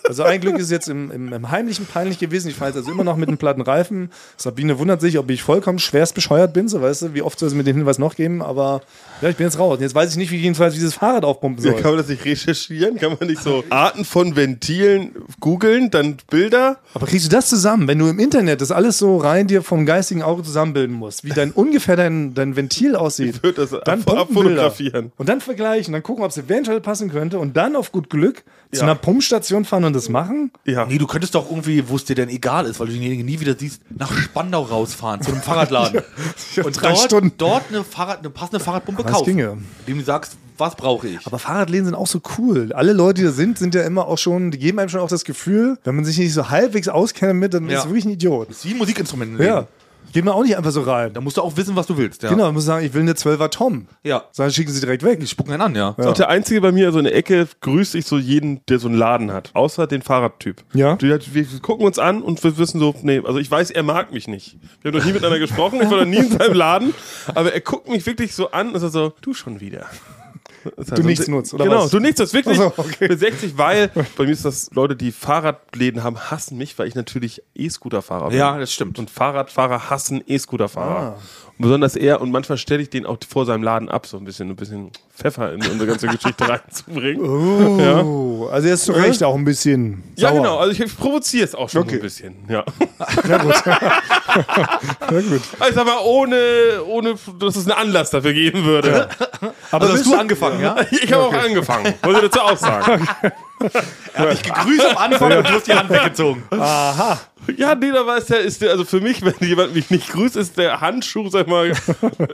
A: Also ein Glück ist es jetzt im, im, im Heimlichen peinlich gewesen. Ich fahre jetzt also immer noch mit einem platten Reifen. Sabine wundert sich, ob ich vollkommen schwerst bescheuert bin, so weißt du, wie oft soll sie mir den Hinweis noch geben, aber ja, ich bin jetzt raus. Und jetzt weiß ich nicht, wie ich jedenfalls dieses Fahrrad aufpumpen
C: Ja,
A: soll.
C: kann man das nicht recherchieren? Kann man nicht so Arten von Ventilen googeln, dann Bilder?
A: Aber kriegst du das zusammen, wenn du im Internet das alles so rein dir vom geistigen Auge zusammenbilden musst, wie dein ungefähr dein, dein Ventil aussieht,
C: Ich würd das ab-
A: pumpen
C: abfotografieren.
A: Bilder. und dann vergleichen, dann gucken, ob es eventuell passen könnte und dann auf gut Glück zu einer Pumpstation fahren und das machen?
C: Ja.
B: Nee, du könntest doch irgendwie, wo es dir denn egal ist, weil du denjenigen nie wieder siehst, nach Spandau rausfahren, zu einem Fahrradladen. und
A: drei
B: dort,
A: Stunden.
B: dort eine, Fahrrad, eine passende Fahrradpumpe
A: das
B: kaufen.
A: ginge.
B: Indem du sagst, was brauche ich?
A: Aber Fahrradläden sind auch so cool. Alle Leute, die da sind, sind ja immer auch schon, die geben einem schon auch das Gefühl, wenn man sich nicht so halbwegs auskennt mit, dann
B: Ja.
A: ist man wirklich ein Idiot.
B: Das ist wie ein Musikinstrument. im
A: Ja.
B: Leben.
A: Geht man auch nicht einfach so rein.
B: Da musst du auch wissen, was du willst. Ja.
A: Genau, man muss sagen, ich will eine 12er Tom.
B: Ja.
A: So, Dann schicken sie direkt weg.
B: Die spucken einen an, ja.
C: Auch der Einzige bei mir so in der Ecke grüßt ich so jeden, der so einen Laden hat. Außer den Fahrradtyp.
A: Ja.
C: Die hat, wir gucken uns an und wir wissen so, nee, also ich weiß, er mag mich nicht. Wir haben noch nie miteinander gesprochen, ich war noch nie in seinem Laden, aber er guckt mich wirklich so an und ist so, du schon wieder. Ist halt so-
A: nichts nutzt, oder
C: Genau,
A: was?
C: du nichts nutzt, wirklich.
A: Ach so, okay.
C: Mit 60, weil bei mir ist das, Leute, die Fahrradläden haben, hassen mich, weil ich natürlich E-Scooter-Fahrer bin.
B: Ja, das stimmt.
C: Und Fahrradfahrer
A: Ah.
C: hassen E-Scooter-Fahrer. Und Besonders er, und manchmal stelle ich den auch vor seinem Laden ab, so ein bisschen, ein bisschen Pfeffer in unsere ganze Geschichte reinzubringen.
A: Oh, also er ist zu Recht auch ein bisschen
C: Ja,
A: sauer.
C: genau. Also ich, ich provoziere es auch schon so
A: Okay.
C: ein bisschen. Ja.
A: Na gut. Na gut.
C: Also aber ohne, ohne, dass es einen Anlass dafür geben würde.
A: Aber
B: Also hast
A: bist
B: du angefangen, ja?
C: Ich habe auch angefangen. Wollte dazu auch sagen.
B: Ich gegrüßt am Anfang und du hast die Hand weggezogen.
C: Ja, nee, da war es ja, ist der, also für mich, wenn jemand mich nicht grüßt, ist der Handschuh, sag mal,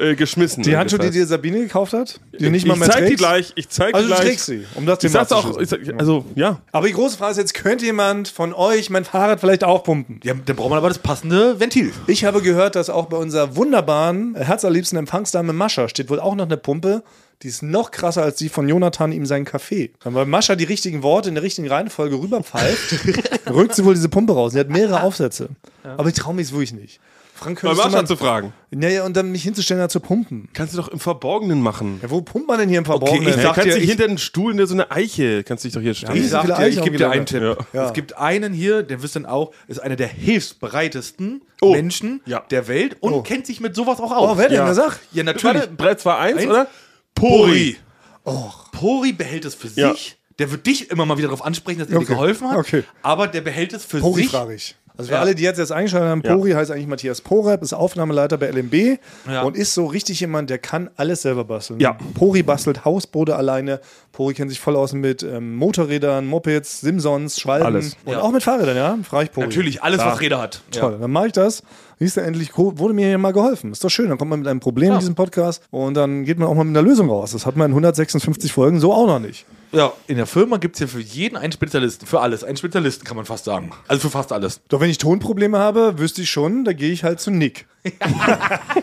C: äh, geschmissen.
A: Die Handschuhe, die
C: Das heißt,
A: dir Sabine gekauft hat, die du nicht mal
C: ich
A: mehr
C: zeig die
A: trägst.
C: gleich, ich zeig
A: Also
C: die
A: du
C: gleich.
A: trägst sie, um das
C: ich
A: Thema
C: sag's auch, ich
A: abzuschließen.
C: sag, also, ja.
A: Aber die große Frage ist jetzt, könnte jemand von euch mein Fahrrad vielleicht auch pumpen?
B: Ja, dann braucht man aber das passende Ventil.
A: Ich habe gehört, dass auch bei unserer wunderbaren, äh, herzallerliebsten Empfangsdame Mascha steht wohl auch noch eine Pumpe, die ist noch krasser als die von Jonathan ihm seinen Kaffee. Weil Mascha die richtigen Worte in der richtigen Reihenfolge rüberpfeift, rückt sie wohl diese Pumpe raus. Sie hat mehrere Aufsätze. Aber ich traue mich wirklich nicht. Frank
C: Mal
A: hörst du
C: Mascha zu
A: mal,
C: fragen.
A: Naja, und dann mich hinzustellen, da zu pumpen.
C: Kannst du doch im Verborgenen machen.
A: Ja, wo pumpt man denn hier im Verborgenen?
B: ich
C: Du
B: sag
C: kannst
B: dir,
C: dich
B: ich-
C: hinter einen Stuhl, hinter so eine Eiche, kannst dich doch hier stellen.
A: Wie
B: Ich
A: so
B: sag
A: viele
B: dir, ich
A: Eichhörnchen
B: gebe dir einen Tipp.
A: wieder. Ja.
B: Es gibt einen hier, den wisst ihr auch, ist einer der hilfsbereitesten Menschen
C: Ja.
B: der Welt und kennt sich mit sowas auch aus.
A: oh, wer denn
C: Ja.
A: gesagt?
B: ja, natürlich.
C: Warte, 3, 2, 1,
B: Eins?
C: oder?
B: Pori. Pori behält es für
C: Ja.
B: sich. Der wird dich immer mal wieder darauf ansprechen, dass er
A: Okay.
B: dir geholfen hat.
A: Okay.
B: Aber der behält es für
A: Pori
B: sich.
A: frage ich. Also für
B: Ja.
A: alle, die jetzt, jetzt eingeschaltet haben, Pori heißt eigentlich Matthias Poreb, ist Aufnahmeleiter bei LMB
B: Ja.
A: und ist so richtig jemand, der kann alles selber basteln.
C: Ja.
A: Pori bastelt Hausboote alleine, Pori kennt sich voll aus mit ähm, Motorrädern, Mopeds, Simsons, Schwalben
C: Alles.
A: und
B: Ja.
A: auch mit Fahrrädern, ja, frage ich Pori.
B: Natürlich, alles, was Räder hat.
A: Toll, dann mache ich das. Siehst du, endlich gro- wurde mir ja mal geholfen. Ist doch schön, dann kommt man mit einem Problem in diesem Podcast und dann geht man auch mal mit einer Lösung raus. Das hat man in 156 Folgen so auch noch nicht.
B: Ja, in der Firma gibt es ja für jeden einen Spezialisten. Für alles. Einen Spezialisten kann man fast sagen. Also für fast alles.
A: Doch wenn ich Tonprobleme habe, wüsste ich schon, da gehe ich halt zu Nick.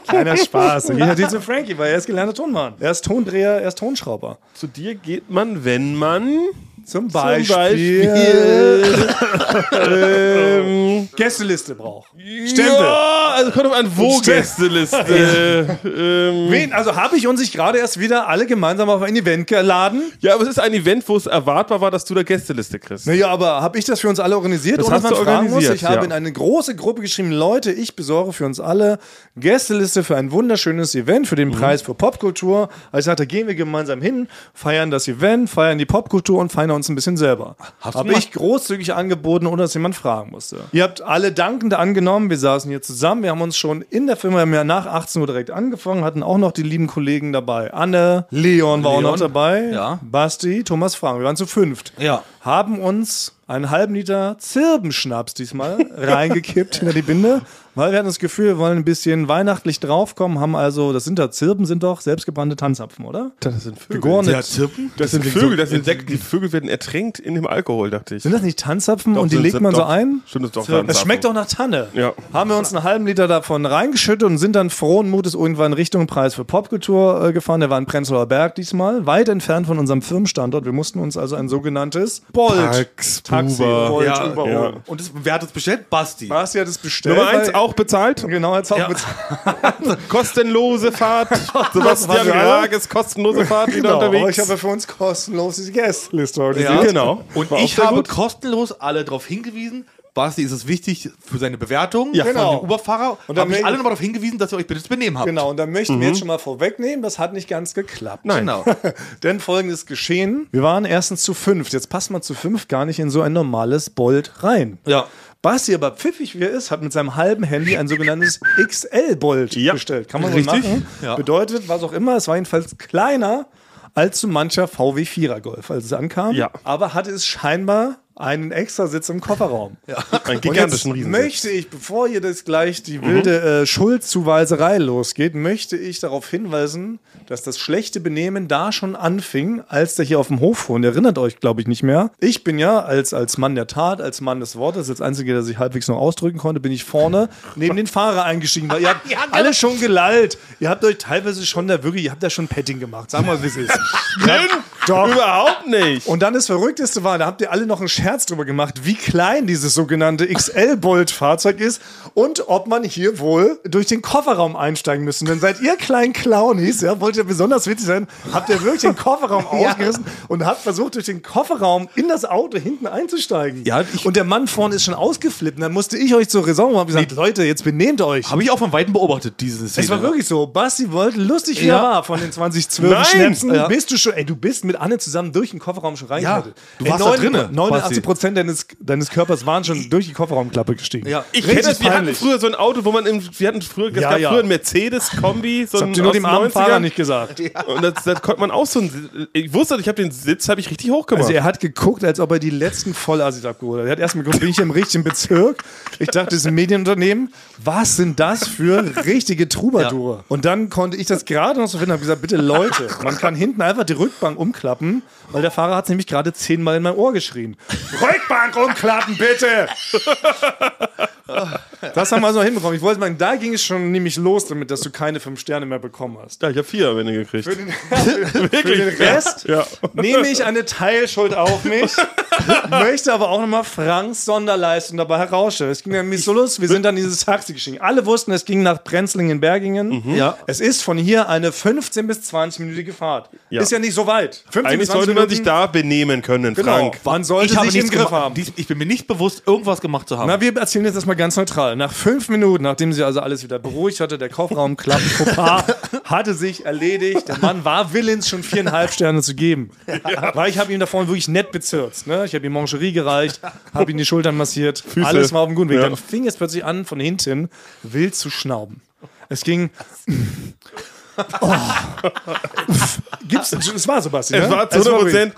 A: Kleiner Spaß. Dann gehe ich natürlich zu Frankie, weil er ist gelernter Tonmann. Er ist Tondreher, er ist Tonschrauber.
C: Zu dir geht man, wenn man
A: Zum
C: Beispiel-
A: Beispiel, Gästeliste braucht. Stempel.
C: Ja, also kommt auf an, wo Gästeliste. ähm,
A: Wen? Also habe ich uns sich gerade erst wieder alle gemeinsam auf ein Event geladen?
C: ja, aber es ist ein Event, wo es erwartbar war, dass du da Gästeliste kriegst.
A: Naja, aber habe ich das für uns alle organisiert?
C: Das
A: Ohne dass
C: hast du
A: fragen muss?
C: organisiert,
A: Ich habe
C: ja.
A: in eine große Gruppe geschrieben, Leute, ich besorge für uns alle Gästeliste für ein wunderschönes Event, für den Preis für Popkultur. Also ich sagte, gehen wir gemeinsam hin, feiern das Event, feiern die Popkultur und feiern uns ein bisschen selber.
B: Hast du
A: Habe
B: mal-
A: ich großzügig angeboten, ohne dass jemand fragen musste. Ihr habt alle dankend angenommen, wir saßen hier zusammen, wir haben uns schon in der Firma, wir haben ja nach 18 Uhr direkt angefangen, hatten auch noch die lieben Kollegen dabei. Anne, Leon war auch noch
B: Leon,
A: dabei,
B: ja.
A: Basti, Thomas Frank, wir waren zu fünft
B: Ja.
A: haben uns einen halben Liter Zirbenschnaps diesmal reingekippt hinter die Binde, weil wir hatten das Gefühl, wir wollen ein bisschen weihnachtlich draufkommen, haben also, das sind da Zirben, sind doch selbstgebrannte Tanzapfen, oder?
C: Das sind Vögel.
A: Gegorene.
B: Zirpen?
C: Das sind Vögel, das sind Insekten. Die Vögel werden ertränkt in dem Alkohol, dachte ich.
A: Sind das nicht Tanzapfen
C: Doch,
A: und die
C: sind-
A: legt man so
C: doch.
A: ein?
C: Stimmt, ist doch
A: Das
C: Tanzapfen.
A: schmeckt doch nach Tanne.
C: Ja.
A: Haben wir uns einen halben Liter davon reingeschüttet und sind dann frohen Mutes irgendwann Richtung Preis für Popkultur äh, gefahren. Der war in Prenzlauer Berg diesmal, weit entfernt von unserem Firmenstandort. Wir mussten uns also ein sogenanntes Bolt
C: Tax, Uber.
A: Bolt
B: Ja,
A: Uber
C: ja.
A: holen.
B: Und das, wer hat es bestellt? Basti.
A: Basti hat es bestellt.
C: Nummer eins
A: weil-
C: auch bezahlt.
A: Genau, jetzt auch
B: Ja.
A: mit
C: Kostenlose Fahrt.
A: Was
C: Sebastian
A: wir alle?
C: Rag ist kostenlose Fahrt wieder
A: genau, aber
C: unterwegs.
A: ich habe für uns kostenlos diese Guest-Liste
B: Ja.
A: organisiert.
C: Genau.
B: Und
C: War auch
B: ich
C: sehr
B: habe
C: gut.
B: kostenlos alle darauf hingewiesen. Basti ist es wichtig für seine Bewertung
A: Ja.
B: von
A: Genau.
B: dem Uberfahrer.
A: Und
B: Und
A: dann
B: habe ich
A: mel-
B: alle nochmal darauf hingewiesen, dass ihr euch bitte zu benehmen habt.
A: Genau, und da möchten
B: Mhm.
A: wir jetzt schon mal vorwegnehmen, das hat nicht ganz geklappt.
C: Nein.
B: Genau.
A: Denn folgendes geschehen: Wir waren erstens zu fünft, jetzt passt man zu fünft gar nicht in so ein normales Bolt rein.
B: Ja.
A: Basti aber pfiffig wie er ist, hat mit seinem halben Handy ein sogenanntes XL-Bolt
C: Ja.
A: bestellt. Kann man
B: Richtig.
A: so machen.
B: Ja.
A: Bedeutet, was auch immer, es war jedenfalls kleiner als so mancher VW 4er Golf, als es ankam.
C: Ja.
A: Aber hatte es scheinbar einen Extrasitz im Kofferraum.
C: Einen
A: Und jetzt
C: gigantischen Riesen.
A: möchte ich, bevor ihr das gleich die wilde äh, Schuldzuweiserei losgeht, möchte ich darauf hinweisen, dass das schlechte Benehmen da schon anfing, als der hier auf dem Hof wohnt. Erinnert euch, glaube ich, nicht mehr. Ich bin ja als, als Mann der Tat, als Mann des Wortes, als Einziger, der sich halbwegs noch ausdrücken konnte, bin ich vorne neben den Fahrer eingestiegen, weil ihr habt alle schon gelallt. Ihr habt euch teilweise schon da wirklich, ihr habt da schon Petting gemacht. Sag mal, wie es ist.
C: Nein,
A: Doch.
C: überhaupt nicht.
A: Und dann das Verrückteste war, da habt ihr alle noch einen Scherz Scherz drüber gemacht, wie klein dieses sogenannte XL-Bolt-Fahrzeug ist und ob man hier wohl durch den Kofferraum einsteigen müssen. Denn seid ihr kleinen Clownies, ja, wollt ihr besonders witzig sein, habt ihr wirklich den Kofferraum ausgerissen und habt versucht, durch den Kofferraum in das Auto hinten einzusteigen.
B: Ja, ich-
A: und der Mann vorne ist schon ausgeflippt. Und dann musste ich euch zur Raison und hab gesagt, Leute, jetzt benehmt euch.
B: Habe ich auch von Weitem beobachtet, diese Szene.
A: Es war wirklich so. Basti wollte lustig wie er
B: Ja.
A: war von den 2012
B: Nein!
A: Schnäpsen.
B: Ja.
A: Bist du schon, ey, du bist mit Anne zusammen durch den Kofferraum schon reingeklettert.
B: Ja, du warst da drinne,
A: 89 Prozent deines, deines Körpers waren schon durch die Kofferraumklappe gestiegen.
B: Ja.
C: Ich
A: Richtig
C: kenne das, wir hatten
A: peinlich.
C: früher so ein Auto, wo man im, wir hatten früher, es
A: Ja,
C: gab
A: ja.
C: früher ein Mercedes-Kombi, so
A: Das
C: ein
A: habt ihr nur
C: aus
A: dem
C: den
A: armen
C: 90ern.
A: Fahrer nicht gesagt.
C: Und das, das konnte man auch so ein, ich wusste, ich habe den Sitz, habe ich richtig hochgemacht.
A: Also er hat geguckt, als ob er die letzten Vollassis abgeholt hat. Er hat erstmal geguckt, bin ich hier im richtigen Bezirk? Ich dachte, das ist ein Medienunternehmen. Was sind das für richtige Troubadoure? Und dann konnte ich das gerade noch so finden, habe gesagt, bitte Leute, man kann hinten einfach die Rückbank umklappen, weil der Fahrer hat es nämlich gerade zehnmal in mein Ohr geschrien. Rückbank umklappen, bitte! Das haben wir so hinbekommen. Ich wollte mal, da ging es schon nämlich los damit, dass du keine fünf Sterne mehr bekommen hast.
C: ja, ich habe vier am Ende gekriegt.
A: Für den Rest
C: Ja.
A: nehme ich eine Teilschuld auf mich, möchte aber auch nochmal Franks Sonderleistung dabei herausstellen. Es ging nämlich so los, wir sind dann dieses Taxi gestiegen. Alle wussten, es ging nach Prenzlingen-Bergingen.
C: Mhm.
B: Ja.
A: Es ist von hier eine 15- bis 20-minütige Fahrt.
C: Ja.
A: Ist ja nicht so weit. 15 bis
C: Eigentlich
A: 20
C: sollte man
A: Minuten.
C: sich da benehmen können,
A: Genau.
C: Frank.
A: Man sollte
B: ich habe
A: sich im
B: nichts
A: Griff
B: gemacht.
A: haben.
B: Dies- Ich bin mir nicht bewusst, irgendwas gemacht zu haben.
A: Na, wir erzählen jetzt erstmal ganz neutral. Nach fünf Minuten, nachdem sie also alles wieder beruhigt hatte, der Kofferraum klappt, Fauxpas, hatte sich erledigt. Der Mann war willens, schon viereinhalb Sterne zu geben. Weil ich habe ihm da vorne wirklich nett bezirzt. Ne? Ich habe ihm Mancherie gereicht, habe ihm die Schultern massiert. Alles war auf dem guten Weg.
C: Ja.
A: Dann fing es plötzlich an, von hinten wild zu schnauben. Es ging. Oh. Gibt's, es war so, Basti.
C: Es
A: ne?
C: war zu 100 Prozent.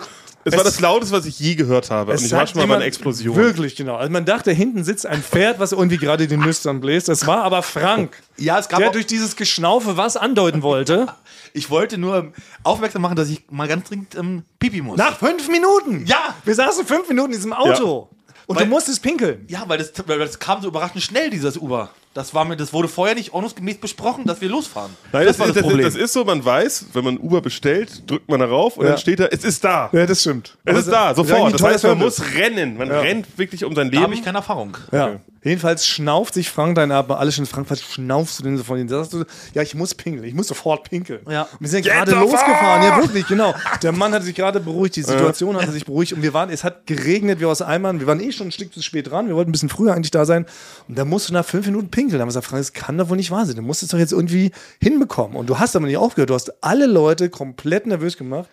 C: Es, war
A: Es-
C: das Lauteste, was ich je gehört habe. Und ich war
A: sagt
C: schon mal bei einer
A: jemand-
C: Explosion.
A: Wirklich, genau. Also man dachte, hinten sitzt ein Pferd, was irgendwie gerade den Nüstern bläst. Das war aber Frank,
B: ja, es gab
A: der
B: auch,
A: durch dieses Geschnaufe was andeuten wollte.
B: ich wollte nur ähm, aufmerksam machen, dass ich mal ganz dringend ähm, pipi muss.
A: Nach fünf Minuten.
B: Ja.
A: Wir saßen fünf Minuten in diesem Auto. Und
B: Weil-
A: du musstest pinkeln.
B: Ja, weil das, weil das kam so überraschend schnell, dieses Uber. Das, war mir, das wurde vorher nicht ordnungsgemäß besprochen, dass wir losfahren.
C: Nein, das, ist, das, ist- das ist so, man weiß, wenn man Uber bestellt, drückt man darauf und
A: Ja.
C: dann steht da, es ist da.
A: Ja, Also, das stimmt.
C: Es ist da, sofort. Das heißt, man muss
A: Ja.
C: rennen. Man rennt wirklich um sein
B: da habe
C: Leben.
B: ich keine Erfahrung.
A: Ja. Jedenfalls schnauft sich Frank dann ab. Alle schon, Frank, was schnaufst du denn so von denen? Sagst du, ja, ich muss pinkeln. Ich muss sofort pinkeln.
B: Ja.
A: Und wir sind gerade
C: sofort!
A: losgefahren. Ja, wirklich, genau. Der Mann hatte sich gerade beruhigt. Die Situation hatte sich beruhigt. Und wir waren, es hat geregnet wie aus Eimern. Wir waren eh schon ein Stück zu spät dran. Wir wollten ein bisschen früher eigentlich da sein. Und da musst du nach fünf Minuten pinkeln. Da haben wir gesagt, Frank, das kann doch wohl nicht wahr sein. Du musst es doch jetzt irgendwie hinbekommen. Und du hast aber nicht aufgehört. Du hast alle Leute komplett nervös gemacht.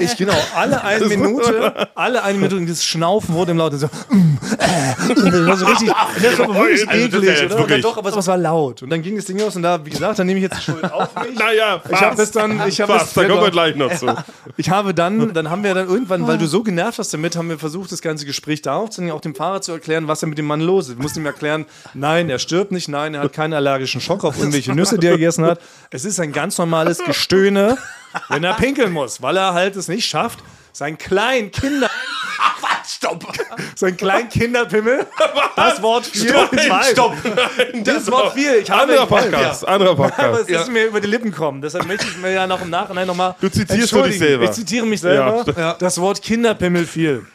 A: Ich, genau, alle eine Minute, alle eine Minute, und das Schnaufen wurde im Lauten so, mm, äh, das war so richtig, das war wirklich
C: Also das ist ja
A: eklig,
C: jetzt
A: oder? Und dann
C: wirklich-
A: doch, aber es- aber es war laut. Und dann ging das Ding los und da, wie gesagt, dann nehme ich jetzt die Schuld auf mich.
C: Naja,
A: Ich hab das dann- ich hab das-
C: Ah fast. Da kommen wir gleich noch zu.
A: Ich habe dann, dann haben wir dann irgendwann, weil du so genervt hast damit, haben wir versucht, das ganze Gespräch darauf zu nehmen, auch dem Fahrer zu erklären, was denn mit dem Mann los ist. Wir mussten ihm erklären, nein, er stirbt nicht, nein, er hat keinen allergischen Schock auf irgendwelche Nüsse, die er gegessen hat. Es ist ein ganz normales Gestöhne, wenn er pinkeln muss, weil er halt es nicht schafft, seinen kleinen Kinder... Stopp! Seinen kleinen Kinderpimmel. Das Wort viel. ich weiß. Das Wort viel. Ich habe
C: Anderer Podcast, anderer
A: aber
C: Podcast.
A: es ist mir über die Lippen gekommen. Deshalb möchte ich mir ja noch im Nachhinein nochmal.
C: Du zitierst nur dich selber.
A: Ich zitiere mich selber. Das Wort Kinderpimmel fiel.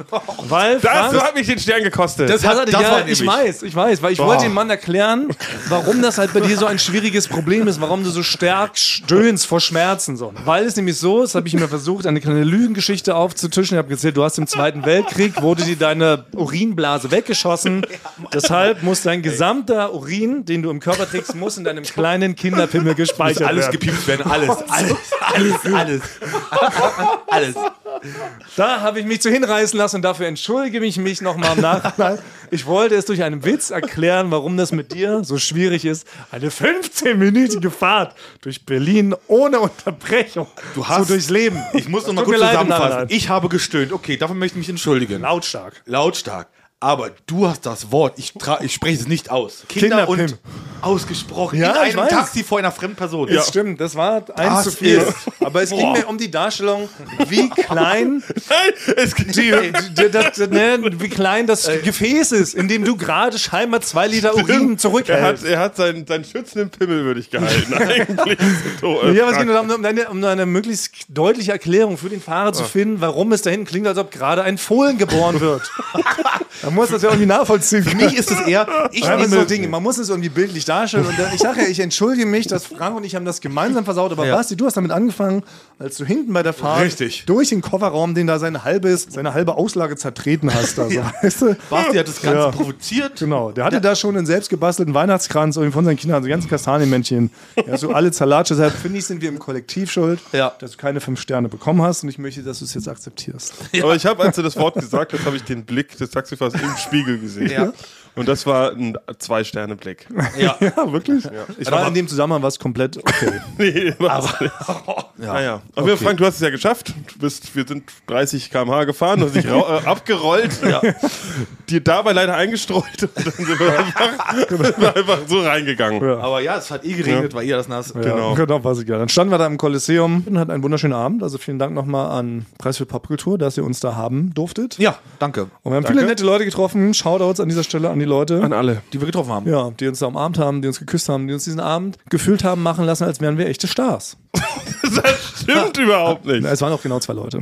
A: Weil
C: Das
A: Franz-
C: hat mich den Stern gekostet.
A: das hat,
B: das war
A: ja,
B: nämlich.
A: ich weiß, ich weiß, weil ich wollte dem Mann erklären, warum das halt bei dir so ein schwieriges Problem ist, warum du so stark stöhnst vor Schmerzen. So. Weil es nämlich so ist, habe ich mir versucht, eine kleine Lügengeschichte aufzutischen. Ich habe gezählt, du hast im Zweiten Weltkrieg, wurde dir deine Urinblase weggeschossen. Deshalb muss dein gesamter Urin, den du im Körper trägst, muss in deinem kleinen Kinderpimmel gespeichert werden.
B: Alles gepiept werden, alles, alles, alles, alles. alles.
A: Da habe ich mich zu hinreißen lassen und dafür entschuldige ich mich nochmal im Nachhinein. Ich wollte es durch einen Witz erklären, warum das mit dir so schwierig ist, eine 15-minütige Fahrt durch Berlin ohne Unterbrechung du
B: hast-
A: so durchs Leben.
B: Ich muss noch mal
A: Tut mir
B: kurz
A: leid im
B: zusammenfassen.
A: Nachhinein.
B: Ich habe gestöhnt. Okay, dafür möchte ich mich entschuldigen.
A: Lautstark.
B: Lautstark. Aber du hast das Wort. Ich, tra- ich spreche es nicht aus. Kinder,
A: Kinderpim.
B: und ausgesprochen.
A: Ja,
B: in
A: ich
B: einem
A: weiß.
B: Taxi vor einer fremden Person.
A: Das stimmt, das war eins
B: Das
A: zu viel.
B: ist-
A: Aber es ging
B: Boah.
A: mir um die Darstellung, wie klein,
B: Es geht
A: die, die, das, ne, wie klein das Gefäß ist, in dem du gerade scheinbar zwei Liter Urin
C: Er hat,
A: zurückhältst.
C: er hat seinen, seinen schützenden Pimmel würdig gehalten, eigentlich. So, äh,
A: Ja, was geht
C: Frank.
A: nur darum, um eine, um eine möglichst deutliche Erklärung für den Fahrer
B: Ah.
A: zu finden, warum es dahin klingt, als ob gerade ein Fohlen geboren wird. Man muss das ja irgendwie nachvollziehen. Für
B: Mich ist es eher, ich
A: Ja, aber
B: nehme
A: so Dinge. Man muss es irgendwie bildlich darstellen. Und äh, ich sage ja, ich entschuldige mich, dass Frank und ich haben das gemeinsam versaut. Aber
B: Ja.
A: Basti, du hast damit angefangen, als du hinten bei der Fahrt
B: Richtig.
A: durch den Kofferraum, den da sein halbes, seine halbe Auslage zertreten hast. Also, weißt du?
B: Basti hat das Ganze
A: Ja.
B: provoziert.
A: Genau, der hatte da schon einen selbstgebastelten Weihnachtskranz irgendwie von seinen Kindern, so ganzen Kastanienmännchen. Ja, so alle zerlatscht. Deshalb finde ich, sind wir im Kollektiv schuld,
B: Ja.
A: dass du keine fünf Sterne bekommen hast. Und ich möchte, dass du es jetzt akzeptierst.
C: Aber ich habe, als du das Wort gesagt hast, habe ich den Blick des Taxifahrers im Spiegel gesehen.
B: Ja.
C: Und das war ein Zwei-Sterne-Blick.
B: Ja.
A: Ja, wirklich? Ich war in dem Zusammenhang was komplett okay.
C: Nee, aber, ja. Naja. Aber Frank, du hast es ja geschafft. Du bist, wir sind 30 km/h gefahren, du hast dich rau- äh, abgerollt, dir dabei leider eingestreut und dann sind wir einfach, sind wir einfach so reingegangen.
B: Aber ja, es hat eh geregnet, war eh alles nass.
A: Genau. Genau, weiß ich gar nicht. Dann standen wir da im Kolosseum und hatten einen wunderschönen Abend. Also vielen Dank nochmal an Preis für Popkultur, dass ihr uns da haben durftet.
B: Ja, danke.
A: Und wir haben viele nette Leute getroffen. Shoutouts an dieser Stelle an die Leute.
C: An alle.
B: Die wir getroffen haben.
A: ja, die uns da umarmt haben, die uns geküsst haben, die uns diesen Abend gefühlt haben machen lassen, als wären wir echte Stars.
C: Das stimmt überhaupt nicht.
A: Na, Es waren auch genau zwei Leute.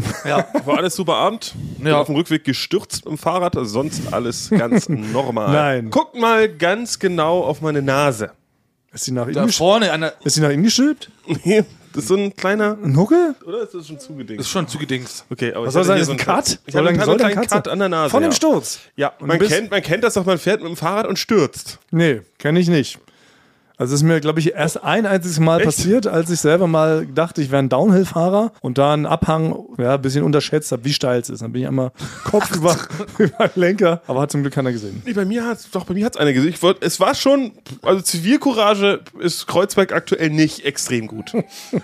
C: War alles super Abend. Bin
B: Ja.
C: auf dem Rückweg gestürzt im Fahrrad, Also sonst alles ganz normal.
A: Nein.
C: Guckt mal ganz genau auf meine Nase.
A: Ist die nach ihm,
B: Da
A: gesch-
B: vorne einer
A: ist die nach ihm gestülpt?
C: Nee, das ist so ein kleiner.
A: Ein Hucke?
C: Oder ist das schon zugedingt?
B: ist schon zugedingst.
C: Okay, aber
A: Was
C: ich
A: soll
C: hatte
A: sein?
C: hier
A: Ist ein Cut?
C: Ich
A: Soll dann-
C: habe
A: soll
C: einen kleinen,
A: dann
C: kleinen Cut,
A: Cut sein?
C: an der Nase.
A: Von
C: ja.
A: dem Sturz.
C: Ja,
A: Und
C: man
A: bist-
C: kennt, man kennt das doch, man fährt mit dem Fahrrad und stürzt.
A: Nee, kenne ich nicht. Also es ist mir, glaube ich, erst ein einziges Mal
C: Echt?
A: passiert, als ich selber mal dachte, ich wäre ein Downhill-Fahrer und da einen Abhang ja, ein bisschen unterschätzt habe, wie steil es ist. Dann bin ich einmal Kopf über, über den Lenker, aber hat zum Glück keiner gesehen.
C: Nee, bei mir hat's doch, bei mir hat's einer gesehen. Ich wollt, es war schon, also Zivilcourage ist Kreuzberg aktuell nicht extrem gut.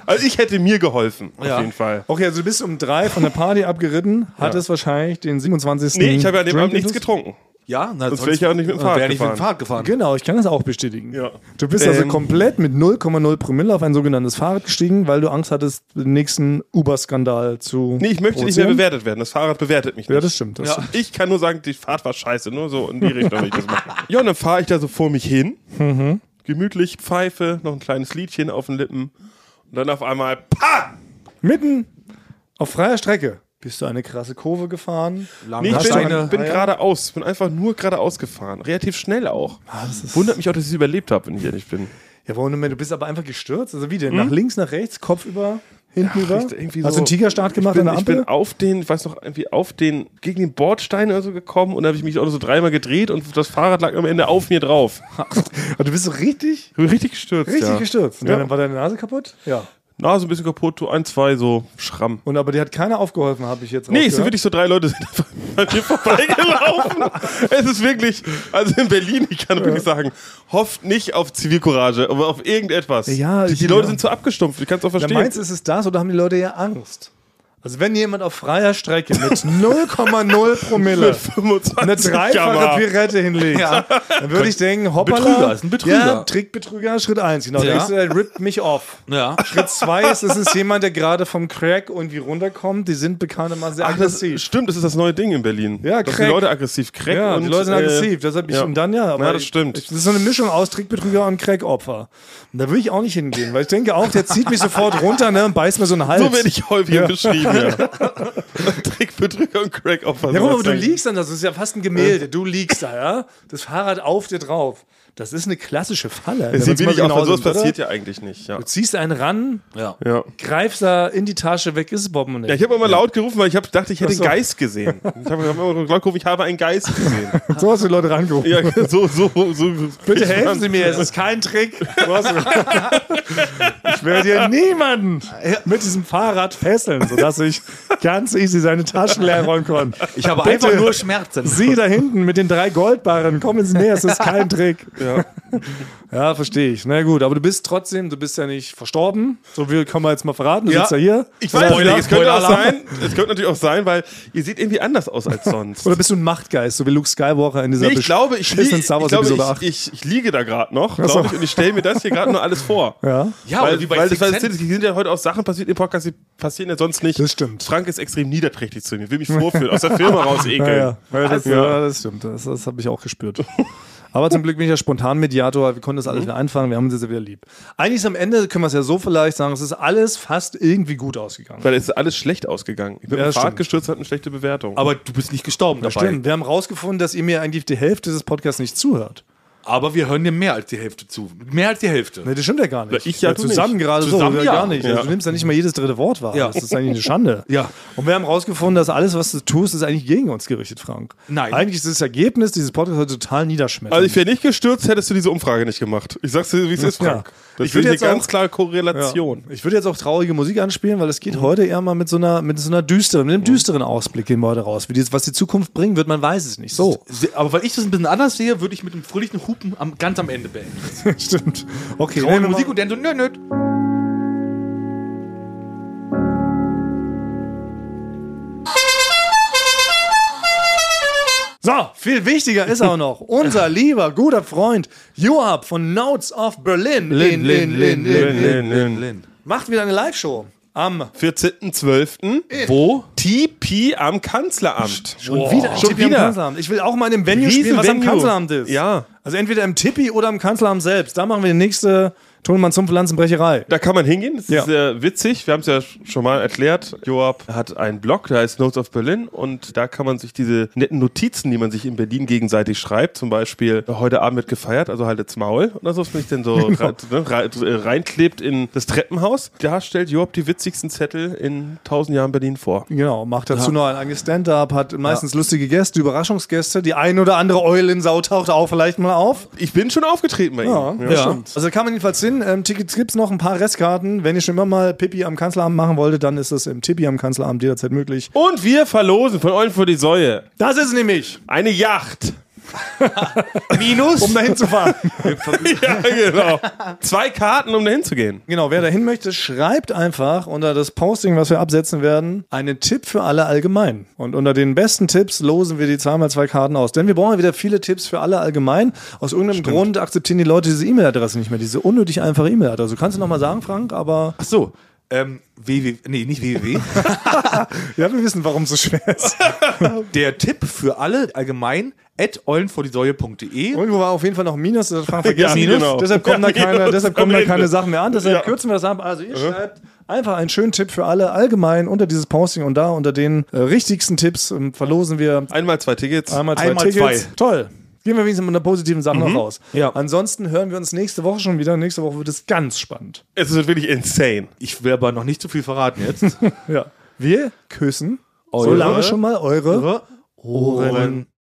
C: Also ich hätte mir geholfen, auf
B: Ja.
C: jeden Fall.
A: Okay, also du bist um drei von der Party abgeritten, hattest wahrscheinlich den 27.
C: Nee, ich habe ja an dem
A: Drink
C: Abend nichts
A: Intus-
C: getrunken. Also
B: Ja, na,
C: Sonst wäre ich ja auch nicht mit dem Fahrrad
B: wäre nicht mit dem
C: gefahren.
B: Fahrrad gefahren.
A: Genau, ich kann das auch bestätigen.
C: Ja.
A: Du bist also
C: Ähm.
A: komplett mit 0,0 Promille auf ein sogenanntes Fahrrad gestiegen, weil du Angst hattest, den nächsten Uber-Skandal zu.
C: Nee, ich möchte nicht mehr
A: provozieren.
C: bewertet werden. Das Fahrrad bewertet mich nicht.
A: Ja, das stimmt. Das
B: Ja.
A: stimmt.
C: Ich kann nur sagen, die Fahrt war scheiße, nur so in die Richtung, wie ich das mache. Ja, und dann fahre ich da so vor mich hin.
A: Mhm.
C: Gemütlich, Pfeife, noch ein kleines Liedchen auf den Lippen. Und dann auf einmal, pa!
A: Mitten auf freier Strecke bist du eine krasse Kurve gefahren.
C: Nee, ich
A: Hast du
C: bin,
A: eine-
C: bin
A: Ah, ja.
C: geradeaus, bin einfach nur geradeaus gefahren. Relativ schnell auch.
A: Ah,
C: Wundert mich auch, dass ich es überlebt habe, wenn ich ehrlich bin.
A: Ja, warum denn? Du bist aber einfach gestürzt. Also wie denn? Nach links, nach rechts, Kopf über, hinten über?
C: Echt Hm? irgendwie
A: Hast du einen Tigerstart gemacht
C: ich bin,
A: an der
C: ich bin
A: Ampel?
C: auf den, ich weiß noch, irgendwie auf den, gegen den Bordstein oder so gekommen und da habe ich mich auch noch so dreimal gedreht und das Fahrrad lag am Ende auf mir drauf.
A: Aber Also du bist so richtig,
C: Ich bin richtig gestürzt.
A: richtig
C: ja.
A: gestürzt. Und
C: Ja.
A: dann war deine Nase kaputt? Ja.
C: Nase ein bisschen kaputt, so ein, zwei, so Schramm.
A: Und aber dir hat keiner aufgeholfen, habe ich jetzt
C: Nee, es sind
A: rausgehört.
C: wirklich so drei Leute sind einfach bei mir vorbeigelaufen. es ist wirklich, also in Berlin, ich kann wirklich sagen, hofft nicht auf Zivilcourage, aber auf irgendetwas.
A: Ja,
C: die,
A: ich-
C: die Leute
A: ja.
C: sind zu abgestumpft, ich kann es auch
A: Ja,
C: verstehen.
A: meinst du, ist es das oder haben die Leute ja Angst? Also wenn jemand auf freier Strecke mit 0,0 Promille
C: 25
A: eine
C: Gamma.
A: dreifache Pirette hinlegt, dann würde ich denken, hoppala.
B: Betrüger, ist ein Betrüger.
A: Ja, Trickbetrüger, Schritt 1. Genau,
B: Ja.
A: denkst du, der rippt mich off.
B: Ja.
A: Schritt 2 ist, es ist jemand, der gerade vom Crack irgendwie runterkommt. Die sind bekanntermaßen sehr
C: Ach, das
A: aggressiv.
C: stimmt, das ist das neue Ding in Berlin.
A: Ja,
C: dass die
A: Crack.
C: Leute aggressiv crack
A: ja,
C: und,
A: die Leute sind
C: äh,
A: aggressiv. Deshalb ich,
C: ja.
A: und dann ja. aber
C: Ja, das stimmt.
A: Ich, das ist so eine Mischung aus Trickbetrüger und Crack-Opfer. Und da würde ich auch nicht hingehen, weil ich denke auch, der zieht mich sofort runter ne, und beißt mir so einen Hals.
C: So werde ich häufiger beschrieben. Ja. Trickbetrüger und Crack-Opfer.
A: Ja,
C: sowas
A: guck mal, du
C: sagen. Äh.
A: liegst dann da, das ist ja fast ein Gemälde. Du liegst da, ja? Das Fahrrad auf dir drauf. Das ist eine klassische Falle.
C: Das sieht
A: wenn man's
C: wirklich
A: mal genau
C: aus, weil sowas
A: nimmt, oder?
C: passiert ja eigentlich nicht. Ja.
A: Du ziehst einen ran,
B: Ja.
C: Ja.
A: greifst da in die Tasche, weg ist das Portemonnaie.
C: Ja, ich habe immer laut gerufen, weil ich hab, dachte, ich hätte
A: Ach so.
C: einen Geist gesehen. Ich habe immer laut gerufen, ich habe einen Geist gesehen.
A: Und so hast du die Leute rangeholt.
C: Ja, so, so, so.
A: Bitte helfen Sie mir, es ist kein Trick. Du hast- ich werde hier niemanden mit diesem Fahrrad fesseln, sodass ich ganz easy seine Taschen leer räumen konnte.
B: Ich habe
A: Bitte.
B: einfach nur Schmerzen.
A: Sie da hinten mit den drei Goldbarren, kommen Sie näher, es ist kein Trick. Ja, ja verstehe ich. Na gut, aber du bist trotzdem, du bist ja nicht verstorben. So viel kann man jetzt mal verraten. Du
C: Ja.
A: sitzt ja hier.
C: Ich
A: Oder-
C: weiß nicht, es könnte, auch
A: Spoiler-Alarm.
C: sein, es könnte natürlich auch sein, weil ihr seht irgendwie anders aus als sonst.
A: Oder bist du ein Machtgeist, so wie Luke Skywalker in dieser
C: Nee, ich glaube, ich,
A: beschissenen
C: lieg, ich,
A: Star Wars
C: glaube,
A: Episode 8.
C: ich, ich, ich liege da gerade noch, glaube ich, und ich stelle mir das hier gerade nur alles vor.
A: Ja.
B: Ja,
C: weil,
B: oder wie bei
C: weil
B: Six
C: das, weil das
B: Sense.
C: sind, hier sind ja heute auch Sachen passiert im Podcast, die passieren ja sonst nicht.
A: Das stimmt.
C: Frank ist extrem niederträchtig zu mir, will mich vorführen, aus der Firma raus ekeln.
A: Ja, ja. Ja, das,
C: Also,
A: ja, das stimmt. Das, das habe ich auch gespürt. Aber zum Glück bin ich ja spontan Mediator. Wir konnten das
C: Mhm.
A: alles wieder einfangen. Wir haben uns jetzt ja wieder lieb. Eigentlich ist am Ende, können wir es ja so vielleicht sagen, es ist alles fast irgendwie gut ausgegangen.
C: Weil es ist alles schlecht ausgegangen. Ich bin
A: Ja,
C: mit dem Fahrrad
A: stimmt.
C: gestürzt, hat eine schlechte Bewertung.
B: Aber du bist nicht gestorben
A: Ja,
B: dabei.
A: Stimmt. Wir haben rausgefunden, dass ihr mir eigentlich die Hälfte des Podcasts nicht zuhört.
B: Aber wir hören dir mehr als die Hälfte zu. Mehr als die Hälfte.
A: Ne, das stimmt ja gar nicht.
C: Ich ja, du
A: zusammen
C: nicht.
A: gerade
B: Zusammen
A: so, oder
B: ja.
A: gar nicht.
C: Ja.
A: Also, du nimmst ja nicht mal jedes dritte Wort wahr.
B: Ja.
A: Das ist eigentlich eine Schande.
B: Ja.
A: Und wir haben herausgefunden, dass alles, was du tust, ist eigentlich gegen uns gerichtet, Frank.
B: Nein.
A: Eigentlich ist das Ergebnis dieses Podcasts heute total niederschmetternd.
C: also ich wäre nicht gestürzt, hättest du diese Umfrage nicht gemacht. Ich sag's dir, wie es ist,
A: Ja.
C: Frank. Das
A: Ich
C: ich
A: würd
C: finde eine
A: jetzt auch-
C: ganz klare
A: Ja.
C: Korrelation.
A: Ich würde jetzt auch traurige Musik anspielen, weil es geht heute eher mal mit so einer, mit so einer düsteren, mit einem düsteren Ausblick gehen wir heute raus. Wie die, was die Zukunft bringen wird, man weiß es nicht. So.
B: Se- Aber weil ich das ein bisschen anders sehe, würde ich mit einem fröhlichen Hupen am, ganz am Ende beenden.
A: Stimmt. Okay.
B: Ohne
A: nehmen wir mal-
B: Musik und dann so nö, nö.
A: So, viel wichtiger ist auch noch unser lieber, guter Freund Joab von Notes of Berlin. Lin, Lin, Lin, Lin, Macht wieder eine Live-Show am
C: 14.12. Wo? TP am Kanzleramt.
A: schon wieder,
C: Schon
A: Tippi am
C: wieder.
A: Kanzleramt. Ich will auch mal in dem Venue
C: Riesen
A: spielen, was am
C: Venue.
A: Kanzleramt ist.
C: Ja.
A: Also entweder im Tippi oder am Kanzleramt selbst. Da machen wir die nächste Tonmann zum Pflanzenbrecherei.
C: Da kann man hingehen, das
A: Ja.
C: ist sehr witzig. Wir haben es ja schon mal erklärt. Joab hat einen Blog, der heißt Notes of Berlin und da kann man sich diese netten Notizen, die man sich in Berlin gegenseitig schreibt, zum Beispiel heute Abend wird gefeiert, also haltet's Maul oder so, was man sich denn so
A: Genau.
C: rein- ne, rein- äh, reinklebt in das Treppenhaus. Da stellt Joab die witzigsten Zettel in 1000 Jahren Berlin vor.
A: Genau, macht dazu noch ein eigenes Stand-up, hat meistens lustige Gäste, Überraschungsgäste. Die ein oder andere Eulensau taucht auch vielleicht mal auf.
C: Ich bin schon aufgetreten bei ihm.
A: stimmt. Also kann man jedenfalls hin. Ähm, Tickets gibt's noch, ein paar Restkarten. Wenn ihr schon immer mal Pippi am Kanzleramt machen wolltet, dann ist das im Tippi am Kanzleramt jederzeit möglich.
C: Und wir verlosen von Eulen vor die Säue
A: Das ist nämlich,
C: eine Yacht.
B: Minus.
A: um dahin zu fahren.
C: ja, genau. Zwei Karten, um dahin zu gehen.
A: Genau, wer dahin möchte, schreibt einfach unter das Posting, was wir absetzen werden, einen Tipp für alle allgemein. Und unter den besten Tipps losen wir die 2x2 Karten aus. Denn wir brauchen ja wieder viele Tipps für alle allgemein. Aus irgendeinem Grund akzeptieren die Leute diese E-Mail-Adresse nicht mehr, diese unnötig einfache E-Mail-Adresse. Du kannst du nochmal sagen, Frank, aber
B: Ach so. Ähm, www, nee, nicht www.
A: ja, wir wissen, warum es so schwer ist.
B: Der Tipp für alle allgemein at eulenvordiesäue.de.
A: Irgendwo war auf jeden Fall noch ein Minus, das hat Frank vergessen.
C: Ja, Minus. genau.
A: Deshalb kommen da
C: Ja,
A: keine,
C: Minus
A: deshalb
C: am
A: kommen da
C: Ende.
A: keine Sachen mehr an. Deshalb
C: Ja.
A: kürzen wir das ab. Also ihr schreibt einfach einen schönen Tipp für alle allgemein unter dieses Posting und da unter den äh, richtigsten Tipps ähm, verlosen wir
C: Einmal Mhm. zwei Tickets.
A: Einmal zwei
B: Einmal
A: Tickets.
B: zwei.
A: Toll. Gehen wir wenigstens mit einer positiven Sache noch raus.
B: Ja.
A: Ansonsten hören wir uns nächste Woche schon wieder. Nächste Woche wird es ganz spannend.
C: Es ist wirklich insane.
B: Ich will aber noch nicht zu viel verraten jetzt.
A: Ja. Wir küssen so lange schon mal eure Ohren.